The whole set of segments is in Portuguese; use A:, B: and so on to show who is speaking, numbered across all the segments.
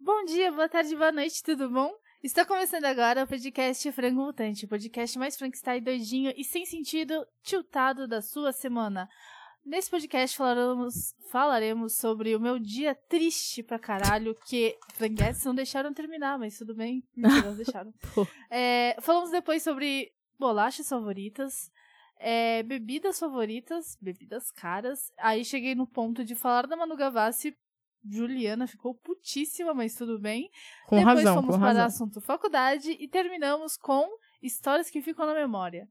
A: Bom dia, boa tarde, boa noite, tudo bom? Está começando agora o podcast Frango Mutante, o podcast mais Frankenstein doidinho e sem sentido, tiltado da sua semana. Nesse podcast falaremos, falaremos sobre o meu dia triste pra caralho, que franguetes não deixaram terminar, mas tudo bem, mentira, elas deixaram.
B: Pô.
A: É, falamos depois sobre bolachas favoritas, é, bebidas favoritas, bebidas caras. Aí cheguei no ponto de falar da Manu Gavassi, Juliana ficou putíssima, mas tudo bem.
B: Com
A: Depois
B: razão,
A: fomos
B: com
A: para
B: razão.
A: assunto faculdade e terminamos com histórias que ficam na memória.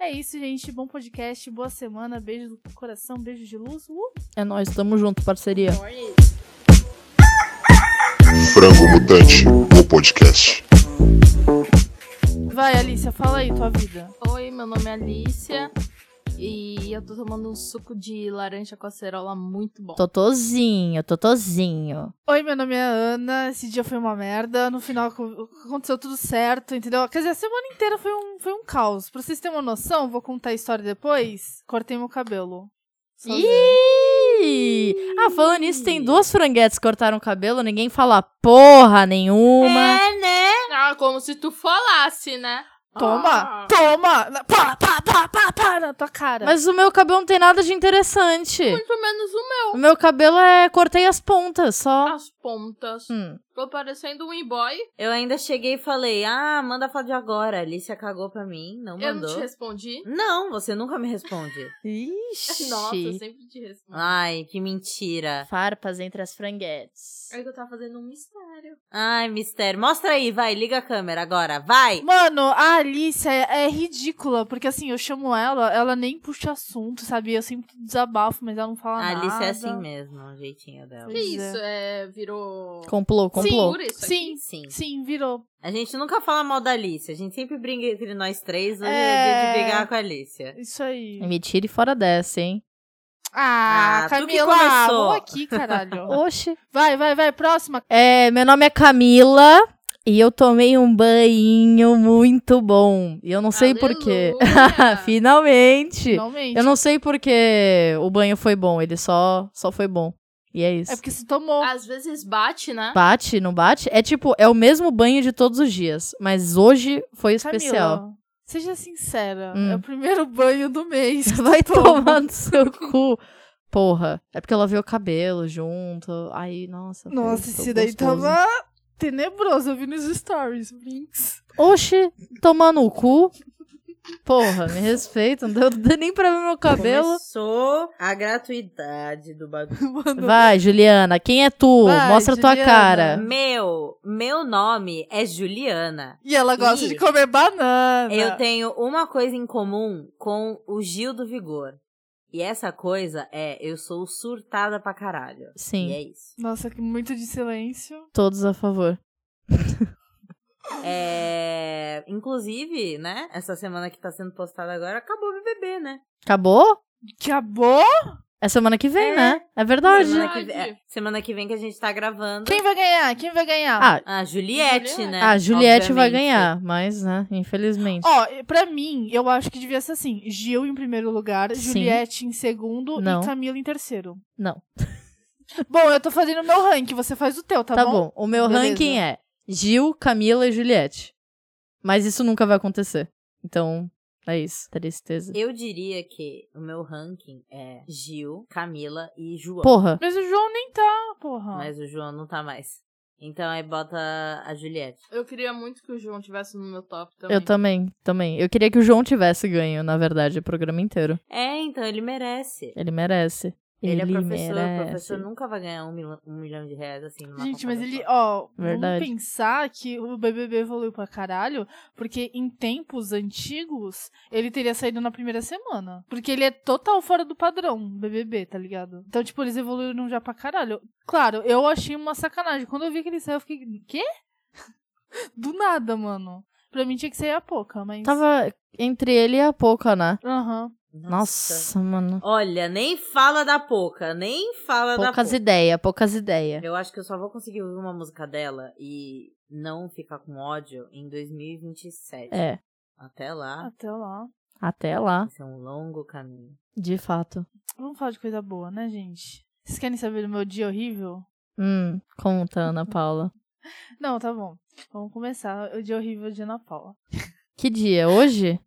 A: É isso, gente. Bom podcast, boa semana, beijo do coração, beijo de luz. Uh!
B: É nóis, tamo junto,
C: É
B: parceria.
D: Frango Mutante, o podcast.
A: Vai, Alicia, fala aí tua vida.
C: Oi, meu nome é Alicia e eu tô tomando um suco de laranja com acerola muito bom.
B: Totozinho, Totozinho.
A: Oi, meu nome é Ana. Esse dia foi uma merda. No final co- aconteceu tudo certo, entendeu? Quer dizer, a semana inteira foi um, foi um caos. Pra vocês terem uma noção, vou contar a história depois. Cortei meu cabelo. Sozinha.
B: Ih! Ah, falando nisso, tem duas franguetes que cortaram o cabelo, ninguém fala porra nenhuma.
C: É, né? Ah, como se tu falasse, né?
A: Toma!
C: Ah.
A: Toma! Na- Pá, pá, pá, pá, pá, na tua
C: É.
A: cara.
B: Mas o meu cabelo não tem nada de interessante.
C: Muito menos uma
B: O meu cabelo é. Cortei as pontas só.
C: as pontas.
B: Hum.
C: Tô parecendo um e-boy.
E: Eu ainda cheguei e falei, ah, manda foto de agora. A Alicia cagou pra mim,
B: Tá
E: não
C: Eu não
E: mandou.
C: te respondi.
E: Não, você nunca me responde.
B: Ixi.
C: Nossa, eu sempre te respondo.
E: Ai, que mentira.
B: Farpas entre as franguetes.
C: É que eu tava fazendo um mistério.
E: Ai, mistério. Mostra aí, vai, liga a câmera agora, vai.
A: Mano, a Alicia é, é ridícula, porque assim, eu chamo ela, ela nem puxa assunto, sabe? Eu sempre desabafo, mas ela não fala
E: A
A: nada.
E: Alicia é assim mesmo, o jeitinho dela.
A: Pois
C: que
A: é.
C: isso? É, virou.
B: Complô, complô.
C: Cultura isso
A: Sim,
E: Sim.
A: sim, virou.
E: A gente nunca fala mal da Alicia. A gente sempre briga entre nós três. Hoje é,
A: É.
E: dia de brigar com a Alicia.
A: Isso aí.
B: Me tire fora dessa, hein?
A: Ah,
E: Ah, tu que
A: Camila,
E: começou.
A: vou aqui, caralho.
B: Oxi.
A: vai, vai, vai, próxima.
B: É, meu nome é Camila e eu tomei um banho muito bom. E eu não sei por quê.
C: Aleluia.
B: Finalmente.
A: Finalmente.
B: Eu não sei por que o banho foi bom, ele só só foi bom. E é isso.
A: É porque se tomou.
C: Às vezes bate, né?
B: Bate, não bate? É tipo, é o mesmo banho de todos os dias, mas hoje foi especial.
A: Camila, seja sincera,
B: Hum.
A: é o primeiro banho do mês. que
B: Vai
A: tu toma.
B: tomar no seu cu. Porra, é porque ela viu o cabelo junto. Aí, nossa. foi
A: Nossa,
B: tão
A: esse daí
B: gostoso.
A: tava tenebroso, eu vi nos stories, Brinks.
B: Oxi, tomar no cu. Porra, me respeita, não deu deu nem pra ver meu cabelo.
E: Começou a gratuidade do bagulho.
A: Mano,
B: Vai, Juliana, quem é tu?
A: Vai,
B: Mostra a tua
A: Juliana.
B: cara.
E: Meu, meu nome é Juliana.
A: E ela gosta
E: Ih.
A: de comer banana.
E: Eu tenho uma coisa em comum com o Gil do Vigor. E essa coisa é, eu sou surtada pra caralho. E
B: Sim,
E: é isso.
A: Nossa, que muito de silêncio.
B: todos a favor.
E: É, inclusive, né, essa semana que tá sendo postada agora, acabou o BBB, né?
B: Acabou?
A: Acabou?
B: É semana que vem,
E: É.
B: né? É verdade.
E: Semana que,
C: Verdade.
E: é, semana que vem que a gente tá gravando.
A: Quem vai ganhar? Quem vai ganhar?
B: Ah,
E: A Juliette,
C: Juliette.
E: né?
B: a Juliette vai
E: Obviamente.
B: ganhar, mas, né, infelizmente.
A: Ó, pra mim, eu acho que devia ser assim: Gil em primeiro lugar,
B: Sim.
A: Juliette em segundo
B: Não.
A: e Camila em terceiro.
B: Não.
A: Bom, eu tô fazendo o meu ranking, você faz o teu, tá,
B: Tá,
A: bom?
B: bom. o meu
A: Beleza.
B: ranking é Gil, Camila e Juliette. Mas isso nunca vai acontecer. Então, é isso. Tristeza.
E: Eu diria que o meu ranking é Gil, Camila e João.
B: Porra,
A: Mas o João nem tá, porra.
E: Mas o João não tá mais. Então aí bota a Juliette.
C: Eu queria muito que o João tivesse no meu top também.
B: eu também, também. Eu queria que o João tivesse ganho, na verdade, o programa inteiro.
E: É, então ele merece.
B: Ele merece.
E: Ele, é professor, o
B: merece.
E: professor nunca vai ganhar um milhão, um milhão de reais assim numa
A: Gente, mas ele,
E: comparação.
A: ó,
B: Verdade.
A: vamos pensar que o BBB evoluiu pra caralho, porque em tempos antigos ele teria saído na primeira semana. Porque ele é total fora do padrão BBB, tá ligado? Então, tipo, eles evoluíram já pra caralho. Claro, eu achei uma sacanagem. Quando eu vi que ele saiu, eu fiquei, quê? do nada, mano. Pra mim tinha que sair a pouca, mas.
B: Tava entre ele e a Poca, né?
A: Aham.
B: Nossa, mano.
E: Olha, nem fala da pouca, nem fala da
B: Poucas
E: pouca.
B: ideias, poucas ideias.
E: Eu acho que eu só vou conseguir ouvir uma música dela e não ficar com ódio em 2027.
B: É,
E: Até lá,
A: Até lá.
B: até lá,
A: Ah.
E: vai ser um longo caminho.
B: de fato.
A: Vamos falar de coisa boa, né, gente? Vocês querem saber do meu dia horrível?
B: Hum, conta, Ana Paula.
A: Não, tá bom. Vamos começar. O dia horrível de Ana Paula.
B: Que dia? Hoje?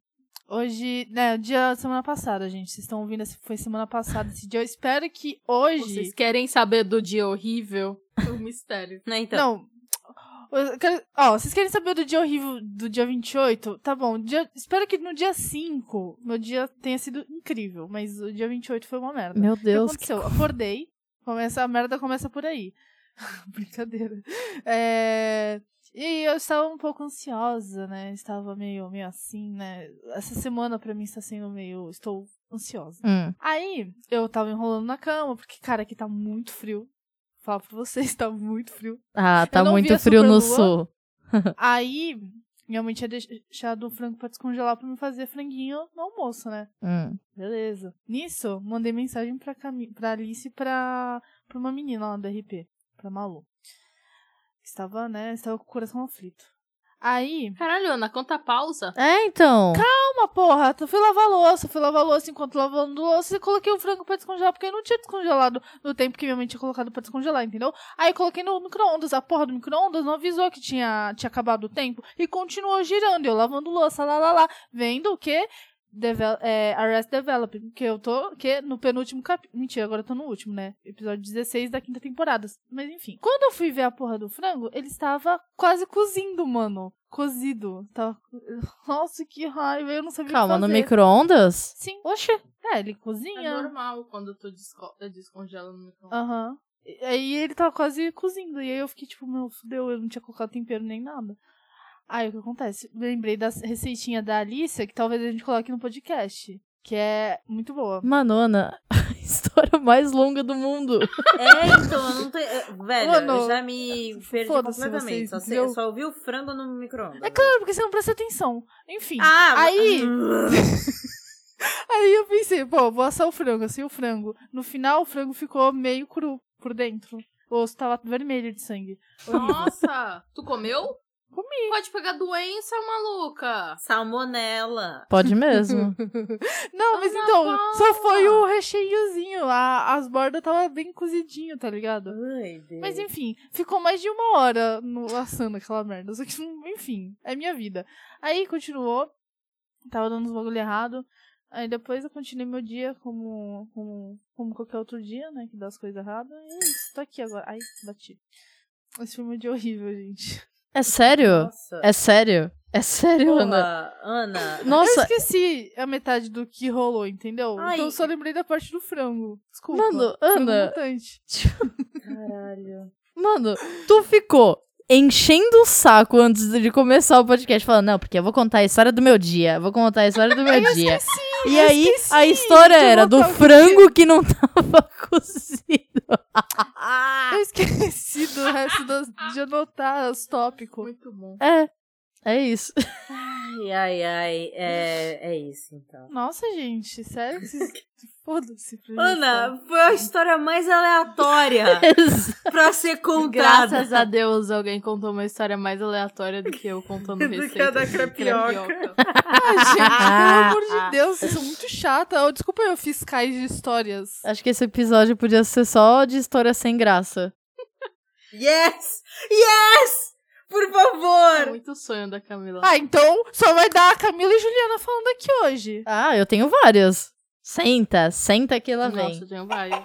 A: Hoje, né, o dia semana passada, gente. Vocês estão ouvindo, esse- foi semana passada esse dia. Eu espero que hoje.
C: Vocês querem saber do dia horrível? O mistério.
E: Não, então.
A: Não. Eu quero- Ó, vocês querem saber do dia horrível do dia 28? Tá bom. dia- Espero que no dia 5 meu dia tenha sido incrível, mas o dia 28 foi uma merda.
B: Meu
A: O que
B: Deus.
A: aconteceu? Acordei. Começa, a merda começa por aí. Brincadeira. É, E eu estava um pouco ansiosa, né? Estava meio, meio assim, né? Essa semana pra mim está sendo meio. Estou ansiosa.
B: Hum.
A: Aí eu tava enrolando na cama, porque, cara, aqui tá muito frio. Falo pra vocês, tá muito frio.
B: Ah, tá
A: Eu não vi
B: muito
A: a
B: frio no
A: Superlua.
B: sul.
A: Aí, minha mãe tinha deixado o frango pra descongelar pra me fazer franguinho no almoço, né?
B: Hum.
A: Beleza. Nisso, mandei mensagem pra, Cami pra Alice e pra, pra uma menina lá do RP, pra Malu. Estava, né? Estava com o coração aflito. Aí,
C: Caralho, Ana, conta a pausa.
B: É, então.
A: uma porra, eu fui lavar louça, fui lavar louça enquanto lavando louça e coloquei o frango pra descongelar, porque eu não tinha descongelado no tempo que minha mãe tinha colocado pra descongelar, entendeu? Aí coloquei no micro-ondas, a porra do micro-ondas não avisou que tinha, tinha acabado o tempo e continuou girando, eu lavando louça, lá, lá, lá, vendo o que? Devel é, Arrest Development, que eu tô que no penúltimo capítulo. Mentira, agora eu tô no último, né? Episódio 16 da quinta temporada. Mas enfim. Quando eu fui ver a porra do frango, ele estava quase cozindo, mano. Cozido. Tava... Nossa, que raiva. Eu não sabia o que
B: Calma, no
A: fazer.
B: micro-ondas?
A: Sim. Oxe. É, ele cozinha.
C: normal quando tu desco- descongela no micro
A: Aham. E Aí ele tava quase cozindo. E aí eu fiquei tipo, meu, fudeu, eu não tinha colocado tempero nem nada. Aí o que acontece? Lembrei da receitinha da Alicia, que talvez a gente coloque no podcast. Que é muito boa.
B: Mano, Ana, a história mais longa do mundo.
E: É, então, eu não tô. eu- Velho,
A: Mano,
E: eu já me perdi
A: foda-se
E: completamente.
A: vocês,
E: Só, sei,
A: entendeu?
E: só ouvi o frango no micro-ondas.
A: É claro, porque você não presta atenção. Enfim.
E: Ah,
A: Aí-
E: mas-
A: Aí eu pensei, pô, vou assar o frango, assei o frango. No final, o frango ficou meio cru por dentro. O osso tava vermelho de sangue.
C: Nossa! tu comeu?
A: Comi.
C: Pode pegar doença, maluca.
E: Salmonela.
B: Pode mesmo.
A: Não, mas
C: Ana
A: então, só foi
C: Paula!
A: o recheiozinho. A, as bordas tava bem cozidinho, tá ligado?
E: Ai, Deus.
A: Mas enfim, ficou mais de uma hora no, assando aquela merda. Só que, hum, enfim, é minha vida. Aí continuou. Tava dando uns bagulho errado. Aí depois eu continuei meu dia como, como, como qualquer outro dia, né? Que dá as coisas erradas. E é isso, tô aqui agora. Ai, bati. Esse filme é um dia horrível, gente.
B: É
A: então,
B: sério?
E: Nossa.
B: É sério? É sério,
E: Porra,
B: Ana?
E: Ana.
A: eu
B: Nossa,
A: esqueci a metade do que rolou, entendeu?
E: Ai.
A: Então eu só lembrei da parte do frango. Desculpa.
B: Mano,
A: Frango
B: Ana.
A: mutante.
E: Caralho.
B: mano, tu ficou enchendo o saco antes de começar o podcast, falando, não, porque eu vou contar a história do meu dia, eu vou contar a história do meu dia. e
A: eu
B: aí,
A: esqueci
B: a história
A: de
B: era do
A: botar o que
B: frango que não tava cozido.
E: Ah!
B: Ah.
A: Eu esqueci do resto das- de anotar os tópicos.
C: Muito bom.
B: É, é isso.
E: Ai, ai, ai. É, é isso, então.
A: Nossa, gente, sério? que vocês- Foda-se. pra mim, sabe?
E: Ana, foi a história mais aleatória pra ser contada.
C: Graças a Deus, alguém contou uma história mais aleatória do que eu contando
E: que a
C: receita
E: da
C: de
E: crepioca.
A: Ah, gente, pelo amor de Deus, vocês são muito chata. Oh, desculpa eu fiscais de histórias.
B: Acho que esse episódio podia ser só de história sem graça.
E: Yes! Yes! Por
C: É
E: favor!
C: muito sonho da Camila.
A: Ah, então só vai dar a Camila e Juliana falando aqui hoje.
B: Ah, eu tenho várias. Senta, senta que ela vem.
C: Nossa, tem vários.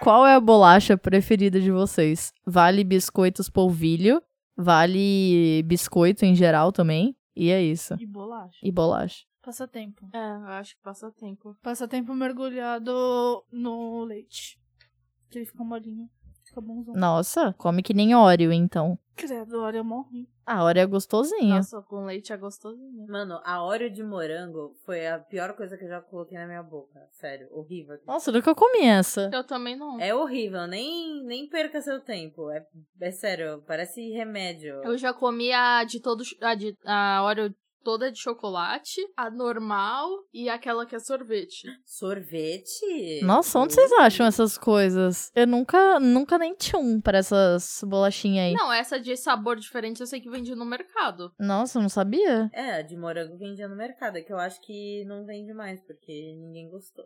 B: Qual é a bolacha preferida de vocês? Vale biscoitos polvilho, vale biscoito em geral também. E é isso.
A: E bolacha.
B: E bolacha.
A: Passatempo.
C: É, eu acho que passa tempo.
A: Passatempo mergulhado no leite. Que ele fica molinho. Fica bonzão.
B: Nossa, come que nem Oreo, então.
A: Credo, olha, eu morri.
B: A Oreo é gostosinha.
C: Nossa, com leite é gostosinho.
E: Mano, a óleo de morango foi a pior coisa que eu já coloquei na minha boca. Sério, horrível.
B: Nossa, nunca comi essa.
C: Eu também não.
E: É horrível, nem, nem perca seu tempo. É, é sério, parece remédio.
C: Eu já comi a de todo cho- a de a Oreo toda de chocolate, a normal e aquela que é sorvete.
E: Sorvete?
B: Nossa, onde vocês acham essas coisas? Eu nunca, nunca nem tinha um pra essas bolachinhas aí.
C: Não, essa de sabor diferente eu sei que vende no mercado.
B: Nossa, eu não sabia.
E: É, a de morango vendia no mercado, é que eu acho que não vende mais, porque ninguém gostou.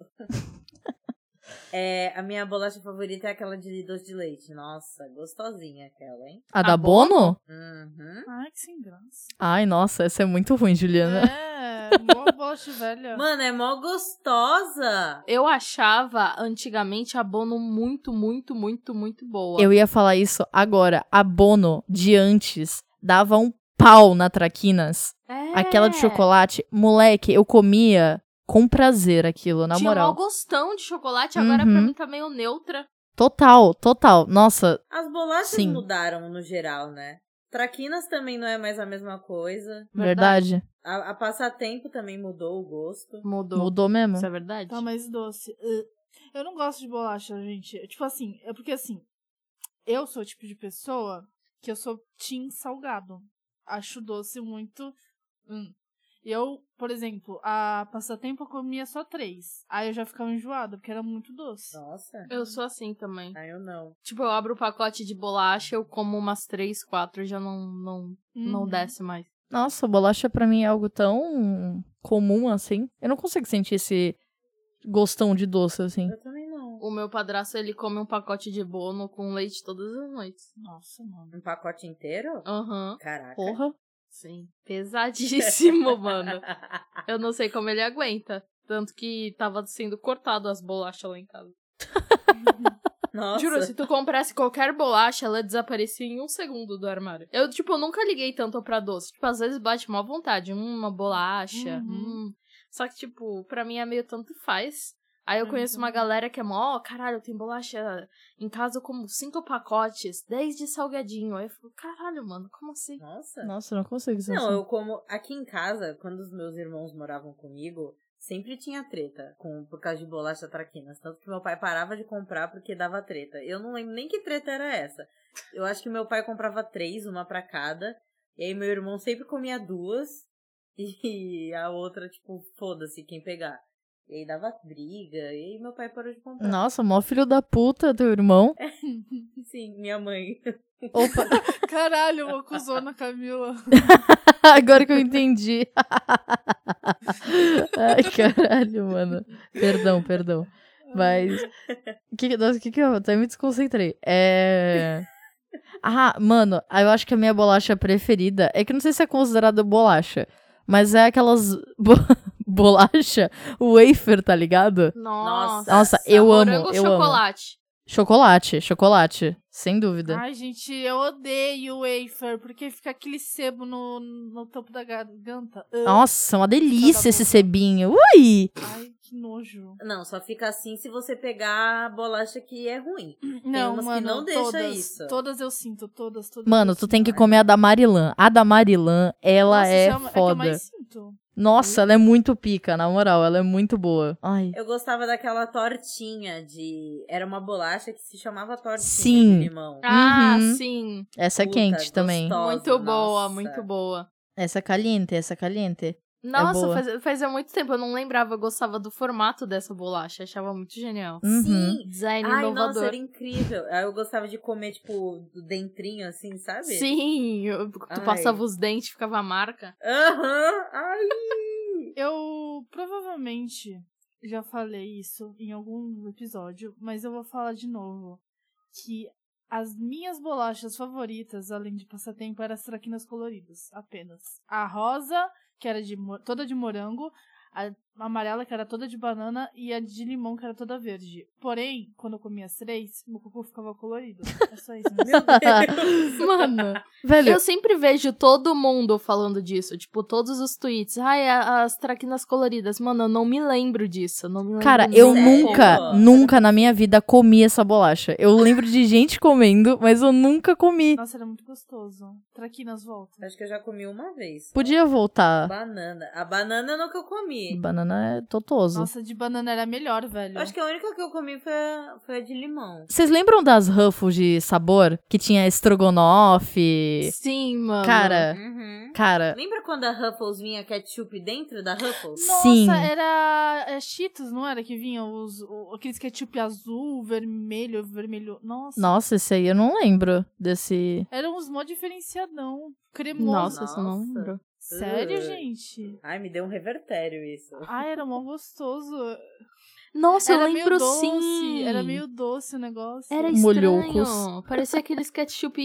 E: É, a minha bolacha favorita é aquela de doce de leite. Nossa, gostosinha aquela, hein?
B: A da Bono?
E: Uhum.
A: Ai, que sem graça.
B: Ai, nossa, essa é muito ruim, Juliana.
A: É, mó bosta velha.
E: Mano, é mó gostosa.
C: Eu achava antigamente a Bono muito, muito, muito, muito boa.
B: Eu ia falar isso agora. A Bono de antes dava um pau na Traquinas.
C: É.
B: Aquela de chocolate. Moleque, eu comia com prazer aquilo, na
C: Tinha
B: moral.
C: um gostão de chocolate, agora
B: Uhum.
C: pra mim tá meio neutra.
B: Total, total. Nossa,
E: As bolachas
B: Sim.
E: mudaram no geral, né? Traquinas também não é mais a mesma coisa.
B: verdade.
E: A, a passatempo também mudou o gosto.
C: Mudou.
B: Mudou mesmo.
C: Isso é verdade?
A: Tá mais doce. Uh, Eu não gosto de bolacha, gente. Eu, Tipo assim, é porque assim, eu sou o tipo de pessoa que eu sou team salgado. Acho doce muito. hum. Eu, por exemplo, a passatempo eu comia só três. Aí eu já ficava enjoada, porque era muito doce.
E: Nossa.
C: Eu sou assim também.
E: Ah, eu não.
C: Tipo, eu abro o pacote de bolacha, eu como umas três, quatro, já não, não, não
A: Uhum.
C: desce mais.
B: Nossa, bolacha pra mim é algo tão comum assim. Eu não consigo sentir esse gostão de doce assim.
E: Eu também não.
C: O meu padrasto, ele come um pacote de bono com leite todas as noites.
A: Nossa, mano.
E: Um pacote inteiro?
C: Aham.
E: Caraca.
B: Porra.
C: Sim. Pesadíssimo, mano. Eu não sei como ele aguenta. Tanto que tava sendo cortado as bolachas lá em casa.
E: Nossa.
C: Juro, assim, se tu comprasse qualquer bolacha, ela desaparecia em um segundo do armário. Eu, tipo, nunca liguei tanto pra doce. Tipo, às vezes bate má vontade. Hum, uma bolacha.
A: Uhum.
C: hum. Só que, tipo, pra mim é meio tanto faz. Aí eu
A: Ah,
C: conheço
B: Uhum.
A: então.
C: uma galera que é mó, ó, caralho, tem bolacha em casa, eu como cinco pacotes, dez de salgadinho. Aí eu fico, caralho, mano, como assim?
E: Nossa.
B: Nossa, eu não consigo sentir.
E: Não, eu como aqui em casa, quando os meus irmãos moravam comigo, sempre tinha treta com por causa de bolacha traquinas, tanto que meu pai parava de comprar porque dava treta. Eu não lembro nem que treta era essa. Eu acho que meu pai comprava três, uma pra cada, e aí meu irmão sempre comia duas e a outra tipo, foda-se quem pegar. E aí dava briga, e aí meu pai parou de comprar.
B: Nossa, mó filho da puta teu irmão.
E: Sim, minha mãe.
B: Opa,
A: Caralho, uma cuzona Camila.
B: agora que eu entendi. Ai, caralho, mano. Perdão, perdão. Mas. Que, nossa, que que eu até me desconcentrei. É. Ah, mano, eu acho que a minha bolacha preferida é que eu não sei se é considerada bolacha, mas é aquelas bo- bolacha wafer, tá ligado?
C: Nossa.
B: Nossa, eu amo,
C: Morango ou
B: eu amo.
C: chocolate.
B: Chocolate, chocolate, sem dúvida.
A: Ai, gente, eu odeio wafer, porque fica aquele sebo no, no topo da garganta. Ah,
B: Nossa, é uma delícia esse
A: boca.
B: cebinho. Ui!
A: Ai, que nojo.
E: Não, só fica assim se você pegar a bolacha que é ruim.
A: Não,
E: umas que
A: mano,
E: não deixa
A: todas,
E: isso.
A: Todas eu sinto, todas, todas.
B: Mano,
A: eu
B: tu
A: sinto.
B: tem que comer a da Marilã. A da Marilã, ela
A: Nossa,
B: é
A: isso a- que eu
B: foda.
A: mais sinto.
B: Nossa, ela é muito pica, na moral, ela é muito boa. Ai.
E: Eu gostava daquela tortinha de. Era uma bolacha que se chamava tortinha
B: Sim.
E: de limão.
C: Ah,
B: Uhum.
C: sim.
B: Essa é
E: Puta,
B: quente também.
E: gostosa,
C: muito boa,
E: nossa.
C: muito boa.
B: Essa é caliente, essa é caliente.
C: Nossa,
B: boa.
C: faz, fazia muito tempo. Eu não lembrava, eu gostava do formato dessa bolacha. Achava muito genial.
B: Uhum.
E: Sim.
C: Design
E: Ai, nossa,
C: inovador.
E: era incrível. Aí eu gostava de comer, tipo, do dentrinho, assim, sabe?
C: sim, eu- tu
E: Ai.
C: passava os dentes, ficava a marca.
E: Aham. Ai.
A: Eu provavelmente já falei isso em algum episódio, mas eu vou falar de novo. Que as minhas bolachas favoritas, além de passatempo, eram as traquinas coloridas, apenas. A rosa, que era de mo- toda de morango, a amarela, que era toda de banana, e a de limão, que era toda verde. Porém, quando eu comia as três, meu cocô ficava colorido. É só isso.
E: Meu Deus.
C: Mano,
B: Velho,
C: eu sempre vejo todo mundo falando disso. Tipo, todos os tweets. Ai, a- as traquinas coloridas. Mano, eu não me lembro disso. Não me lembro
B: cara,
C: mesmo.
B: eu
E: Sério?
B: nunca, nunca na minha vida comi essa bolacha. Eu lembro de gente comendo, mas eu nunca comi.
A: Nossa, era muito gostoso. Traquinas, volta.
E: Acho que eu já comi uma vez.
B: Podia voltar.
E: Banana. A banana nunca eu comi.
B: Banana é totoso.
A: Nossa, de banana era melhor, velho.
E: Eu acho que a única que eu comi foi a, foi a de limão.
B: Vocês lembram das Ruffles de sabor? Que tinha estrogonofe?
C: Sim, mano.
B: Cara,
E: Uhum.
B: cara,
E: Lembra quando a Ruffles vinha ketchup dentro da Ruffles?
A: Nossa,
B: Sim.
A: era é, Cheetos, não era? Que vinha os, o, aqueles ketchup azul, vermelho, vermelho. Nossa.
B: nossa, esse aí eu não lembro desse.
A: Eram uns mó diferenciadão. Cremoso.
C: Nossa, isso eu não
E: Nossa.
C: lembro.
A: Sério,
E: Ui.
A: gente?
E: Ai, me deu um revertério isso.
A: Ah, era mó gostoso.
C: Nossa,
A: era
C: eu
A: meio
C: lembro
A: doce,
C: sim.
A: Era meio doce o negócio.
C: Era
B: Molhoucos.
C: estranho. Parecia aqueles ketchup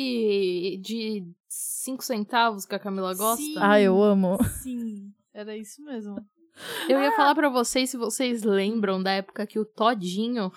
C: de 5 centavos que a Camila gosta.
A: Sim.
B: Ah, eu amo.
A: Sim, era isso mesmo.
C: Eu ia falar pra vocês se vocês lembram da época que o todinho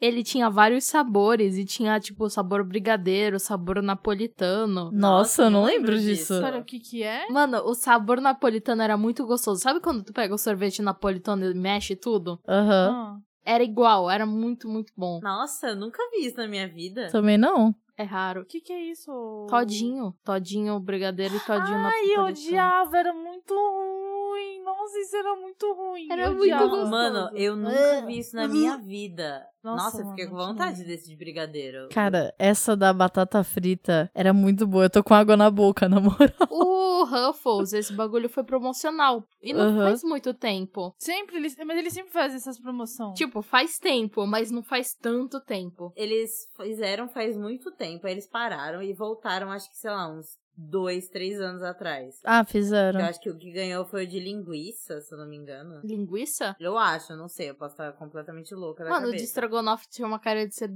C: ele tinha vários sabores e tinha tipo sabor brigadeiro, sabor napolitano.
B: Nossa, eu não lembro disso.
A: Cara, o que que é?
C: Mano, o sabor napolitano era muito gostoso. Sabe quando tu pega o sorvete napolitano e mexe tudo?
B: Aham.
A: Ah,
C: Era igual, era muito, muito bom.
E: Nossa, eu nunca vi isso na minha vida.
B: Também não.
C: É raro.
A: o que que é isso?
C: Todinho, todinho brigadeiro e todinho
A: Ai, eu
C: napolitano.
A: odiava, era muito ruim. Nossa, isso era muito ruim.
C: Era
A: eu
E: é
C: muito
A: odiava.
C: gostoso. Ah, uhum.
E: Mano, eu nunca vi isso na minha vida.
A: Nossa,
E: Nossa, eu fiquei com
A: mano,
E: vontade
A: não.
E: desse de brigadeiro.
B: Cara, essa da batata frita era muito boa. Eu tô com água na boca, na moral.
C: O Ruffles, esse bagulho foi promocional. E não
B: Aham.
C: faz muito tempo.
A: Sempre, eles, mas eles sempre fazem essas promoções.
C: Tipo, faz tempo, mas não faz tanto tempo.
E: Eles fizeram faz muito tempo, aí eles pararam e voltaram, acho que, sei lá, uns dois, três anos atrás.
B: Ah,
E: Eu
B: fizeram.
E: acho que o que ganhou foi o de linguiça, se eu não me engano.
C: Linguiça?
E: Eu acho, eu não sei, eu posso estar completamente louca da
C: Mano, o de
E: cabeça.
C: estrogonofe tinha uma cara de ser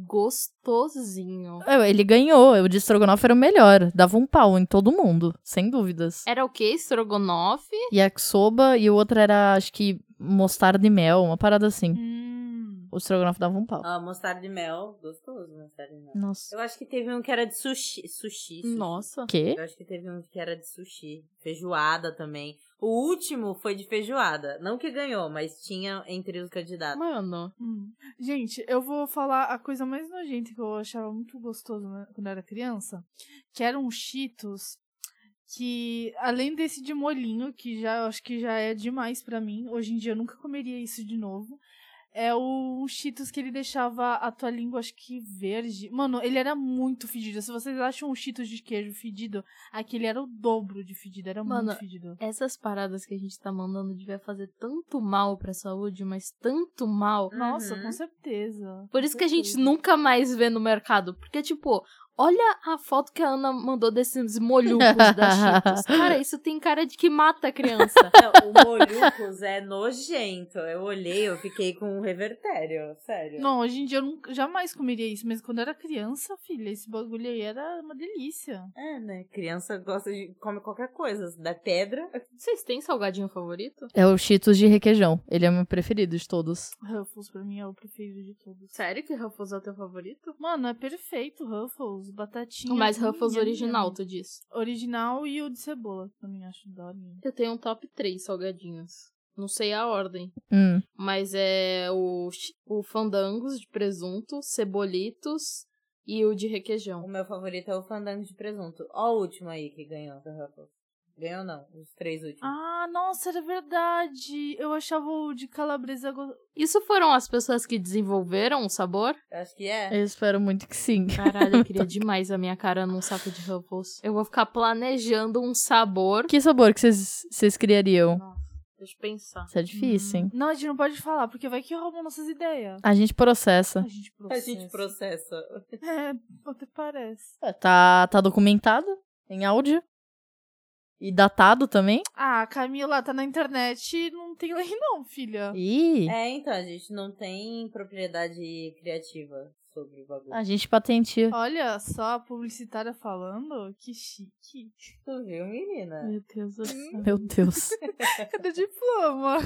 C: gostosinho.
B: É, Ele ganhou. O de estrogonofe era o melhor. Dava um pau em todo mundo, sem dúvidas.
C: Era o quê? Estrogonofe?
B: Yakisoba e o outro era, acho que, mostarda e mel, uma parada assim.
A: Hum.
B: O estrogonofe dava um pau.
E: Ah, mostarda de mel, gostoso, mostarda de mel.
B: Nossa.
E: Eu acho que teve um que era de sushi. Sushi. sushi.
C: Nossa.
B: O quê?
E: Eu acho que teve um que era de sushi. Feijoada também. O último foi de feijoada. Não que ganhou, mas tinha entre os candidatos.
C: Mano.
A: Hum. Gente, eu vou falar a coisa mais nojenta que eu achava muito gostoso né, quando eu era criança, que eram os Cheetos, que além desse de molhinho, que já eu acho que já é demais pra mim, hoje em dia eu nunca comeria isso de novo. É o um Cheetos que ele deixava a tua língua, acho que verde. Mano, ele era muito fedido. Se vocês acham um Cheetos de queijo fedido, aquele era o dobro de fedido, era
C: Mano,
A: muito fedido.
C: Essas paradas que a gente tá mandando devia fazer tanto mal pra saúde, mas tanto mal.
A: Nossa,
E: Uhum.
A: com certeza.
C: Por isso que a gente
A: Certeza.
C: nunca mais vê no mercado. Porque, tipo, olha a foto que a Ana mandou desses molhucos da Cheetos. Cara, isso tem cara de que mata a criança.
E: Não, o Molhucos é nojento. Eu olhei, eu fiquei com um revertério, sério.
A: Não, hoje em dia eu nunca- jamais comeria isso, mas quando eu era criança, filha, esse bagulho aí era uma delícia.
E: É, né? Criança gosta de comer qualquer coisa. Da pedra.
C: Vocês têm salgadinho favorito?
B: É o Cheetos de requeijão. Ele é o meu preferido de todos.
A: Ruffles pra mim é o preferido de todos.
C: Sério que Ruffles é o teu favorito?
A: Mano, é perfeito Ruffles, batatinha.
C: Mas
A: nham,
C: Ruffles
A: nham,
C: original,
A: nham.
C: tu diz.
A: Original e o de cebola, também acho da hora.
C: Eu tenho um top 3 salgadinhos. Não sei a ordem.
B: Hum.
C: Mas é o, chi- o fandangos de presunto, cebolitos e o de
E: O
C: requeijão.
E: meu favorito é o fandango de presunto. Ó o último aí que ganhou do Ruffles. Ganhou não, os três últimos.
A: Ah, nossa, era verdade. Eu achava o de calabresa go...
C: Isso foram as pessoas que desenvolveram o sabor?
E: Eu acho que é.
B: Eu espero muito que sim.
C: Caralho, eu queria demais a minha cara num saco de Ruffles. Eu vou ficar planejando um sabor.
B: Que sabor que vocês vocês criariam?
C: Deixa eu pensar.
B: Isso é difícil, hein?
A: Não, a gente não pode falar, porque vai que roubam nossas ideias.
B: Tá. A gente processa.
A: A gente
E: A
A: processa.
E: gente processa.
A: É, até parece.
B: Ué, Tá, tá documentado em áudio. E datado também.
A: Ah, Camila, tá na internet, não tem lei não, filha.
B: Ih,
E: É, então, a gente não tem propriedade criativa sobre o bagulho.
B: a gente patenteia.
A: Olha só a publicitária falando, que chique.
E: Tu viu, menina?
C: Meu Deus do céu.
B: Meu Deus.
A: Cadê o diploma?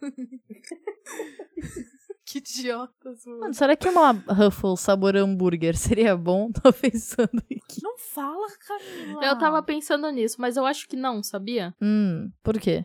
A: que idiotas, mano.
B: Mano, será que uma Ruffles sabor hambúrguer seria bom? Tô pensando aqui.
A: Não fala, Camila.
C: Eu tava pensando nisso, mas eu acho que não, sabia?
B: Hum, por quê?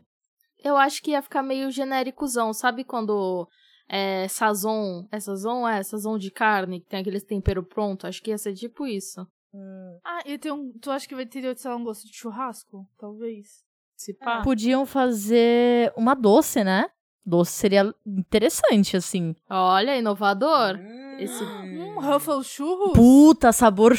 C: Eu acho que ia ficar meio genéricozão, sabe quando é sazon, é sazon, é sazon de carne, que tem aqueles tempero pronto, acho que ia ser tipo isso.
B: Hum.
A: Ah, eu tenho um... Tu acha que vai ter, sei lá, um gosto de churrasco? Talvez.
C: Se pá.
B: Podiam fazer uma doce, né? Doce seria interessante, assim.
C: Olha,
E: É
C: inovador. Esse-
A: Hum, Ruffles churros?
B: Puta, sabor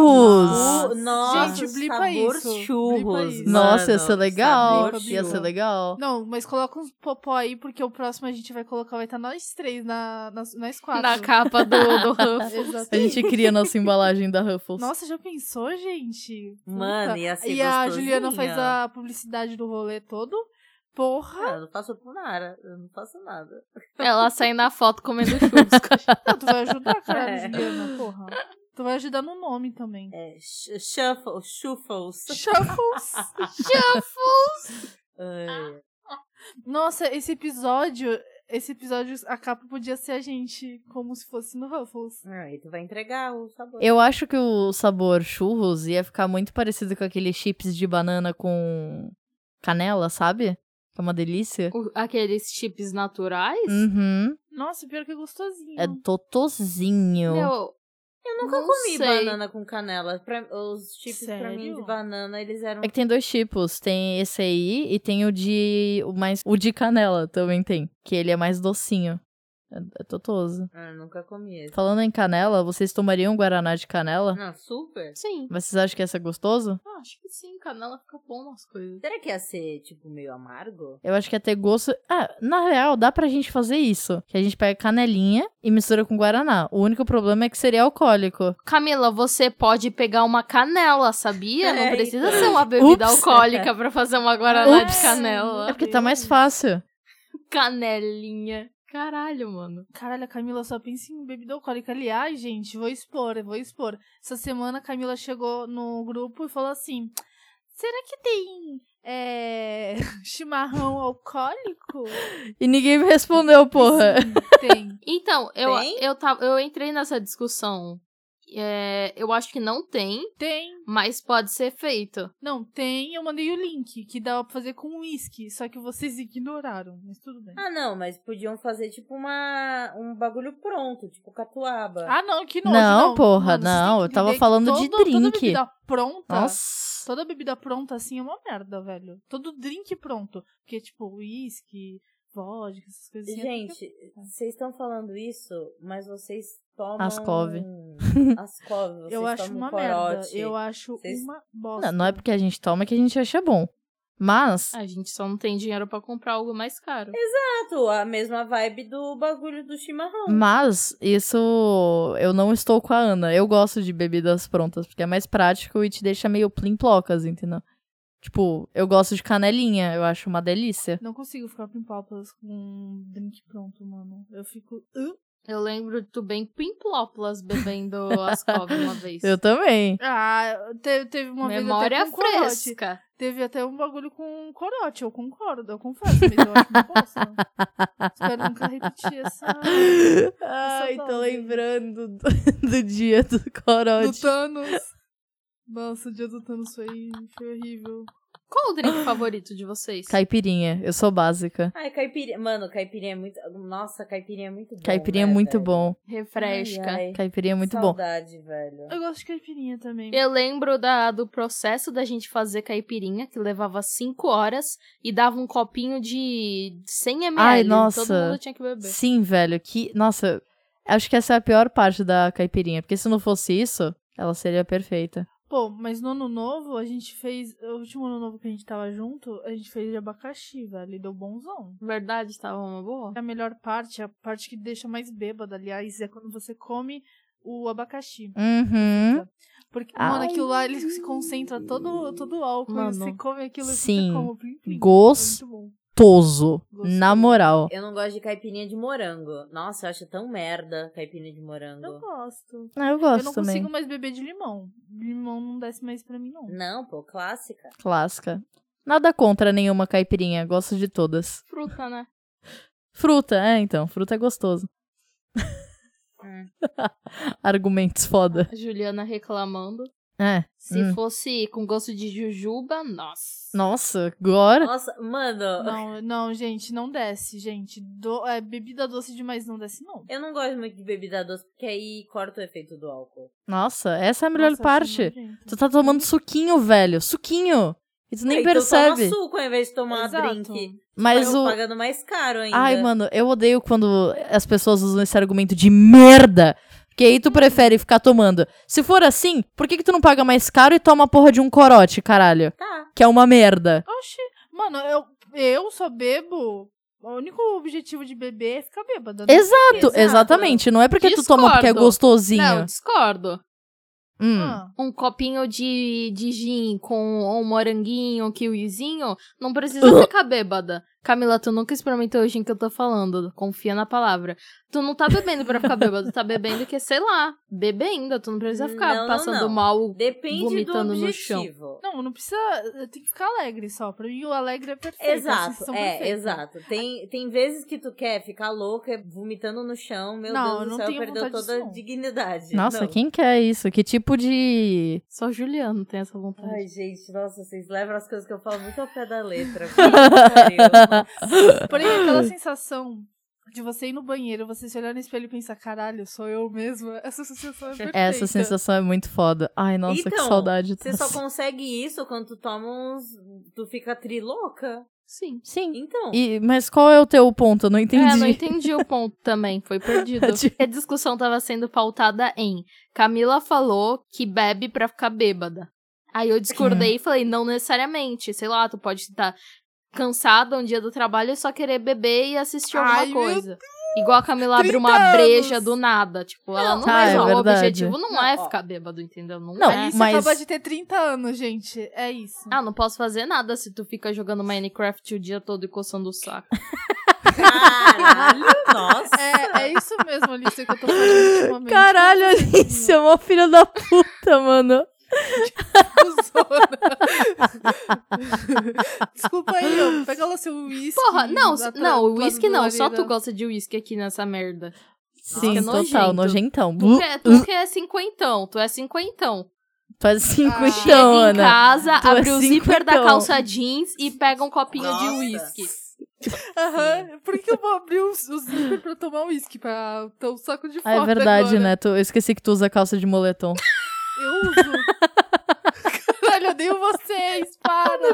B: churros!
E: Nossa, Nossa,
A: Gente, blipa é
E: sabor
A: isso, blipa é
E: churros.
A: isso.
E: mano,
B: Nossa, ia ser legal.
E: sabor
B: Ia ser
E: churros.
B: legal.
A: Não, mas coloca uns popó aí, porque o próximo a gente vai colocar, vai estar nós três, na, nas, nós quatro.
C: Na capa do, do Ruff.
B: A
A: Exatamente.
B: gente cria nossa embalagem da Ruffles.
A: Nossa, já pensou, gente?
E: Mano,
A: Puta.
E: ia ser
A: E a
E: gostosinho.
A: Juliana faz a publicidade do rolê todo. Porra!
E: Ah, eu não faço por nada. Eu não faço nada.
C: Ela sai na foto comendo churrasco.
A: Não, tu vai ajudar, caralho,
E: É.
A: Juliana, porra. Tu vai ajudar no nome também.
E: É, sh- shuffle, shuffles.
A: Shuffles!
E: Ai,
A: Nossa, esse episódio. Esse episódio, a capa podia ser a gente, como se fosse no Ruffles.
E: Ai, tu vai entregar o sabor.
B: Eu acho que o sabor churros ia ficar muito parecido com aqueles chips de banana com canela, sabe? Que é uma delícia.
C: O- Aqueles chips naturais?
B: Uhum.
A: Nossa, pior que é gostosinho.
B: É totozinho.
C: Meu, eu
E: nunca comi banana com canela. Pra- os chips pra mim
A: Sério?
E: de banana, eles eram.
B: É que tem dois tipos. Tem esse aí e tem o de. O, mais, o de canela também tem. Que ele é mais docinho. É, é totoso.
E: Ah, eu nunca comi esse.
B: Falando em canela, vocês tomariam um guaraná de canela?
E: Não, super.
C: Sim.
B: Vocês acham que esse é gostoso?
C: Ah, acho que sim, canela fica bom nas coisas.
E: Será que ia ser, tipo, meio amargo?
B: Eu acho que ia ter gosto. Ah, na real, dá pra gente fazer isso. Que a gente pega canelinha e mistura com guaraná. O único problema é que seria alcoólico.
C: Camila, você pode pegar uma canela, sabia? Não
E: É,
C: precisa
E: então.
C: ser uma bebida
B: Ups.
C: alcoólica pra fazer uma guaraná
B: Ups.
C: de canela.
B: É porque tá mais fácil.
C: Canelinha. Caralho, mano.
A: Caralho, a Camila só pensa em bebida alcoólica. Aliás, gente, vou expor, eu vou expor. Essa semana a Camila chegou no grupo e falou assim: será que tem é, chimarrão alcoólico?
B: E ninguém me respondeu, porra.
A: Sim, tem.
C: Então, eu,
E: Tem?
C: eu, tava, eu entrei nessa discussão. É, eu acho que não tem,
A: Tem.
C: mas pode ser feito.
A: Não, tem. Eu mandei o link que dava pra fazer com uísque. Só que vocês ignoraram, mas tudo bem.
E: Ah, não, mas podiam fazer, tipo, uma, um bagulho pronto, tipo, catuaba.
A: Ah, não, que
B: Não,
A: nojo. Não,
B: porra,
A: Mano, vocês têm
B: não,
A: que
B: eu tava
A: entender que
B: falando de
A: todo- Toda
B: drink.
A: bebida pronta.
B: Nossa.
A: Toda bebida pronta assim é uma merda, velho. Todo drink pronto. Porque, tipo, uísque, vodka, essas coisas assim.
E: Gente, vocês estão falando isso, mas vocês tomam.
B: Ascove.
E: Ascove, vocês
A: eu acho
E: tomam
A: uma merda.
E: corote.
A: Eu acho
E: Vocês-
A: uma bosta.
B: Não, não é porque a gente toma que a gente acha bom. Mas.
C: A gente só não tem dinheiro pra comprar algo mais caro.
E: Exato, Ah, a mesma vibe do bagulho do chimarrão.
B: Hum. Mas isso eu não estou com a Ana. Eu gosto de bebidas prontas, porque é mais prático e te deixa meio plim-plocas, entendeu? Tipo, eu gosto de canelinha, eu acho uma delícia.
A: Não consigo ficar com papas com drink pronto, mano. Eu fico. "Hã?"
C: Eu lembro de tu bem pimplópolas bebendo as cobras uma vez.
B: Eu também.
A: Ah, te- teve uma
C: Memória
A: vez até com corote.
C: fresca.
A: Teve até um bagulho com corote, eu concordo, eu confesso, mas eu acho uma bosta. Espero nunca repetir essa.
B: Ai, tô
A: dose.
B: lembrando do, do dia do
A: Do
B: corote.
A: Thanos. Nossa, o dia do Thanos foi, foi horrível.
C: Qual o drink favorito de vocês?
B: Caipirinha, eu sou básica.
E: Ai, caipirinha. Mano, caipirinha é muito. Nossa, caipirinha é muito bom.
B: Caipirinha é
E: né,
B: muito
E: velho?
B: bom.
C: Refresca.
E: Ai, ai.
B: Caipirinha é muito bom.
E: Saudade, velho.
A: Eu gosto de caipirinha também.
C: Eu lembro da, do processo da gente fazer caipirinha, que levava 5 horas e dava um copinho de 100 ml.
B: Ai, nossa.
C: Todo mundo tinha que beber.
B: Sim, velho, que. Nossa, acho que essa é a pior parte da caipirinha. Porque se não fosse isso, ela seria perfeita.
A: Pô, mas no ano novo a gente fez. O último ano novo que a gente tava junto, a gente fez de abacaxi, velho. E deu bonzão.
C: Verdade, tava uma boa.
A: A melhor parte, a parte que deixa mais bêbada, aliás, é quando você come o abacaxi.
B: Uhum.
A: Porque,
B: Ah.
A: mano, aquilo lá ele se concentra todo, todo o álcool.
C: Mano.
A: Você come aquilo e
B: Sim.
A: fica como plim, plim.
B: Gosto.
A: É muito bom.
B: Toso.
A: Gostoso.
B: Na moral.
E: Eu não gosto de caipirinha de morango. Nossa, eu acho tão merda caipirinha de
A: Eu
E: morango.
A: gosto.
B: Ah, eu gosto
A: eu não
B: também.
A: consigo mais beber de limão. Limão não desce mais pra mim, não.
E: Não, pô, clássica.
B: Clássica. Nada contra nenhuma caipirinha, gosto de todas.
C: Fruta, né?
B: Fruta, é então, fruta é gostoso.
E: Hum.
B: Argumentos foda.
C: A Juliana reclamando.
B: É.
C: Se
B: Hum.
C: fosse com gosto de jujuba, nossa.
B: Nossa, agora.
E: Nossa, mano.
A: Não, não, gente, não desce, gente. Do- é, bebida doce demais não desce, não.
E: Eu não gosto muito de bebida doce, porque aí corta o efeito do álcool.
B: Nossa, essa é a melhor
A: Nossa,
B: parte.
A: acho nojento.
B: Tu tá tomando suquinho, velho. Suquinho. E tu nem
E: Ah, então
B: percebe.
E: Toma suco ao invés de tomar
A: Exato.
E: drink.
B: mas
E: eu né?
B: o.
E: pagando mais caro ainda.
B: Ai, mano, eu odeio quando as pessoas usam esse argumento de merda. Porque aí tu prefere ficar tomando. Se for assim, por que, que tu não paga mais caro e toma a porra de um corote, caralho?
E: Tá.
B: Que é uma merda.
A: Oxi, mano, eu, eu só bebo. O único objetivo de beber é ficar bêbada. né?
B: Exato,
E: Exato.
B: exatamente. Não é porque tu toma porque é
C: Discordo.
B: gostosinho.
C: Não, discordo.
B: Hum.
A: Ah,
C: Um copinho de, de gin com um moranguinho, um kiwizinho, não precisa ficar bêbada. Camila, tu nunca experimentou o gin que eu tô falando, confia na palavra. Tu não tá bebendo pra ficar bêbada, tu tá bebendo que, sei lá, bebe ainda, tu não precisa ficar
E: Não, não,
C: passando
E: não.
C: mal.
E: Depende
C: Vomitando
E: do
C: no chão.
E: objetivo.
A: Não, não precisa. Tem que ficar alegre só. Pra mim, o alegre é perfeito. a
E: Exato,
A: sensação
E: é,
A: perfeita.
E: exato. Tem, tem vezes que tu quer ficar louca, vomitando no chão, meu
A: Não, eu
E: Deus
A: não
E: do céu,
A: tenho
E: perdeu
A: vontade
E: toda
A: disso,
E: a
A: não.
E: dignidade.
B: Nossa,
E: Não.
B: quem quer isso? Que tipo de.
C: Só Juliano tem essa vontade.
E: Ai, gente, nossa, vocês levam as coisas que eu falo muito ao pé da letra. Puta que pariu.
A: Porém, aquela sensação de você ir no banheiro, você se olhar no espelho e pensar, caralho, sou eu mesma. Essa sensação é perfeita.
B: Essa sensação é muito foda. Ai, nossa, que
E: Então,
B: saudade.
E: Você
B: dessa.
E: só consegue isso quando tu toma uns. Tu fica trilouca.
C: Sim.
B: Sim.
E: Então.
B: E, mas qual é o teu ponto? Eu não entendi.
C: É, não entendi o ponto também, foi perdido.
B: Tipo-
C: a discussão tava sendo pautada em Camila falou que bebe pra ficar bêbada. Aí eu
A: É.
C: discordei e falei, não necessariamente. Sei lá, tu pode estar cansada um dia do trabalho e só querer beber e assistir
A: Ai,
C: alguma
A: meu
C: coisa. Igual a Camila abre
A: 30
C: uma breja
A: anos.
C: do nada. Tipo, ela não
E: Tá,
C: vai
E: é
C: o
B: verdade.
C: objetivo não,
E: Não,
C: é
E: ó.
C: ficar bêbado, entendeu? Não,
B: Não,
C: é.
A: Alice
B: mas-
A: acaba de ter 30 anos, gente. É isso.
C: Ah, não posso fazer nada se tu fica jogando Minecraft o dia todo e coçando o saco.
E: Caralho, nossa.
A: É, é isso mesmo, Alice, que eu tô falando ultimamente.
B: Caralho, Alice, é uma filha da puta, mano.
A: Desculpa aí, ó. Pega lá seu uísque.
C: Porra, não,
A: atra-
C: não, o uísque não. Só tu
A: atrás do
C: gosta de uísque aqui nessa merda.
B: Sim,
C: que
B: total,
C: nojento.
B: nojentão.
C: Tu
B: Blu,
C: que, é, tu que é cinquentão, tu é cinquentão.
B: Tu é cinco
A: Ah,
C: Chega
B: então,
C: em
B: Ana.
C: casa,
B: Tu é
C: abre o zíper da
B: cinquentão.
C: calça jeans e pega um copinho de
E: Nossa.
C: uísque.
A: Aham. Por que eu vou abrir o, o zíper pra tomar uísque? Pra ter um saco de
B: Ah,
A: fora
B: é verdade,
A: agora.
B: né? Tu, eu esqueci que tu usa calça de moletom.
A: Eu uso. Caralho, eu odeio vocês, para.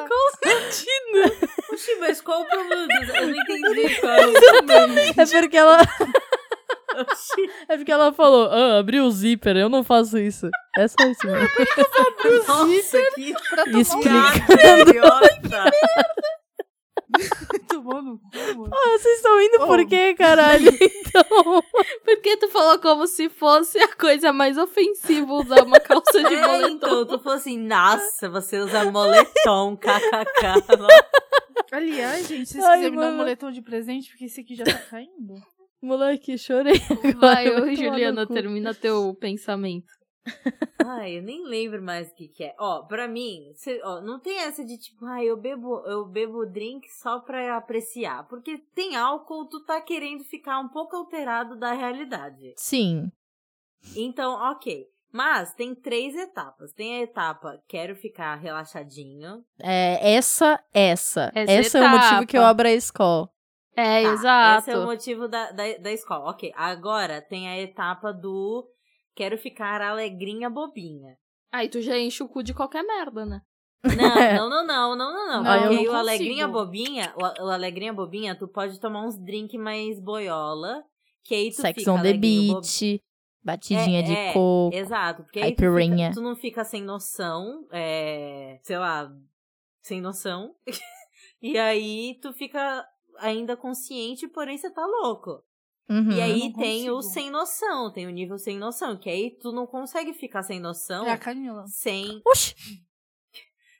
E: Oxi, mas qual o problema? disso? Eu não entendi qual é o problema.
B: É porque ela,
E: Oxi,
B: é porque ela falou, ah, abriu o zíper, eu não faço isso. É só isso, mano.
E: Nossa, que
B: Explica.
E: piada um idiota.
A: Tomou no cu, mano.
B: Ah, vocês estão indo
A: Oh.
B: por quê, caralho? Então.
C: Porque tu falou como se fosse a coisa mais ofensiva usar uma calça de
E: É,
C: moletom.
E: então, tu falou assim, nossa, você usa moletom, kkk. Nossa,
A: Aliás, gente, se vocês
B: Ai,
A: quiserem me dar um
B: mano.
A: moletom de presente, porque esse aqui já tá caindo.
B: Moleque, chorei.
C: Vai,
B: Vai
C: ô
B: tomar
C: Juliana,
B: no cu.
C: termina teu pensamento.
E: Ai, eu nem lembro mais o que que é. Ó, pra mim, cê- ó, não tem essa de tipo, ai, eu bebo, eu bebo drink só pra apreciar. Porque tem álcool, tu tá querendo ficar um pouco alterado da realidade.
B: Sim.
E: Então, ok. Mas tem três etapas. Tem a etapa quero ficar relaxadinho.
B: É, essa, essa.
C: Essa
B: essa é o motivo
C: etapa.
B: que eu abro a escola.
C: É,
E: Tá,
C: exato.
E: Esse é o motivo da, da, da escola. Ok. Agora tem a etapa do quero ficar alegrinha bobinha.
C: Aí tu já enche o cu de qualquer merda, né?
E: Não, não, não, não, não, não,
A: Não,
E: não.
B: eu
E: Porque
A: não
E: o
A: consigo.
E: alegrinha bobinha, o, o alegrinha bobinha, tu pode tomar uns drink mais boiola, que aí tu
B: Sex
E: fica
B: on the
E: alegrinho, bobo-
B: beach, batidinha
E: É,
B: de
E: é,
B: coco.
E: Exato, porque aí tu,
B: Caipirinha.
E: fica- tu não fica sem noção, é, sei lá, sem noção. e aí tu fica ainda consciente, porém você tá louco.
B: Uhum.
E: e aí
A: não
E: tem o
A: consigo.
E: sem noção, tem o nível sem noção, que aí tu não consegue ficar sem noção
A: É a Camila.
E: sem.
B: Oxi!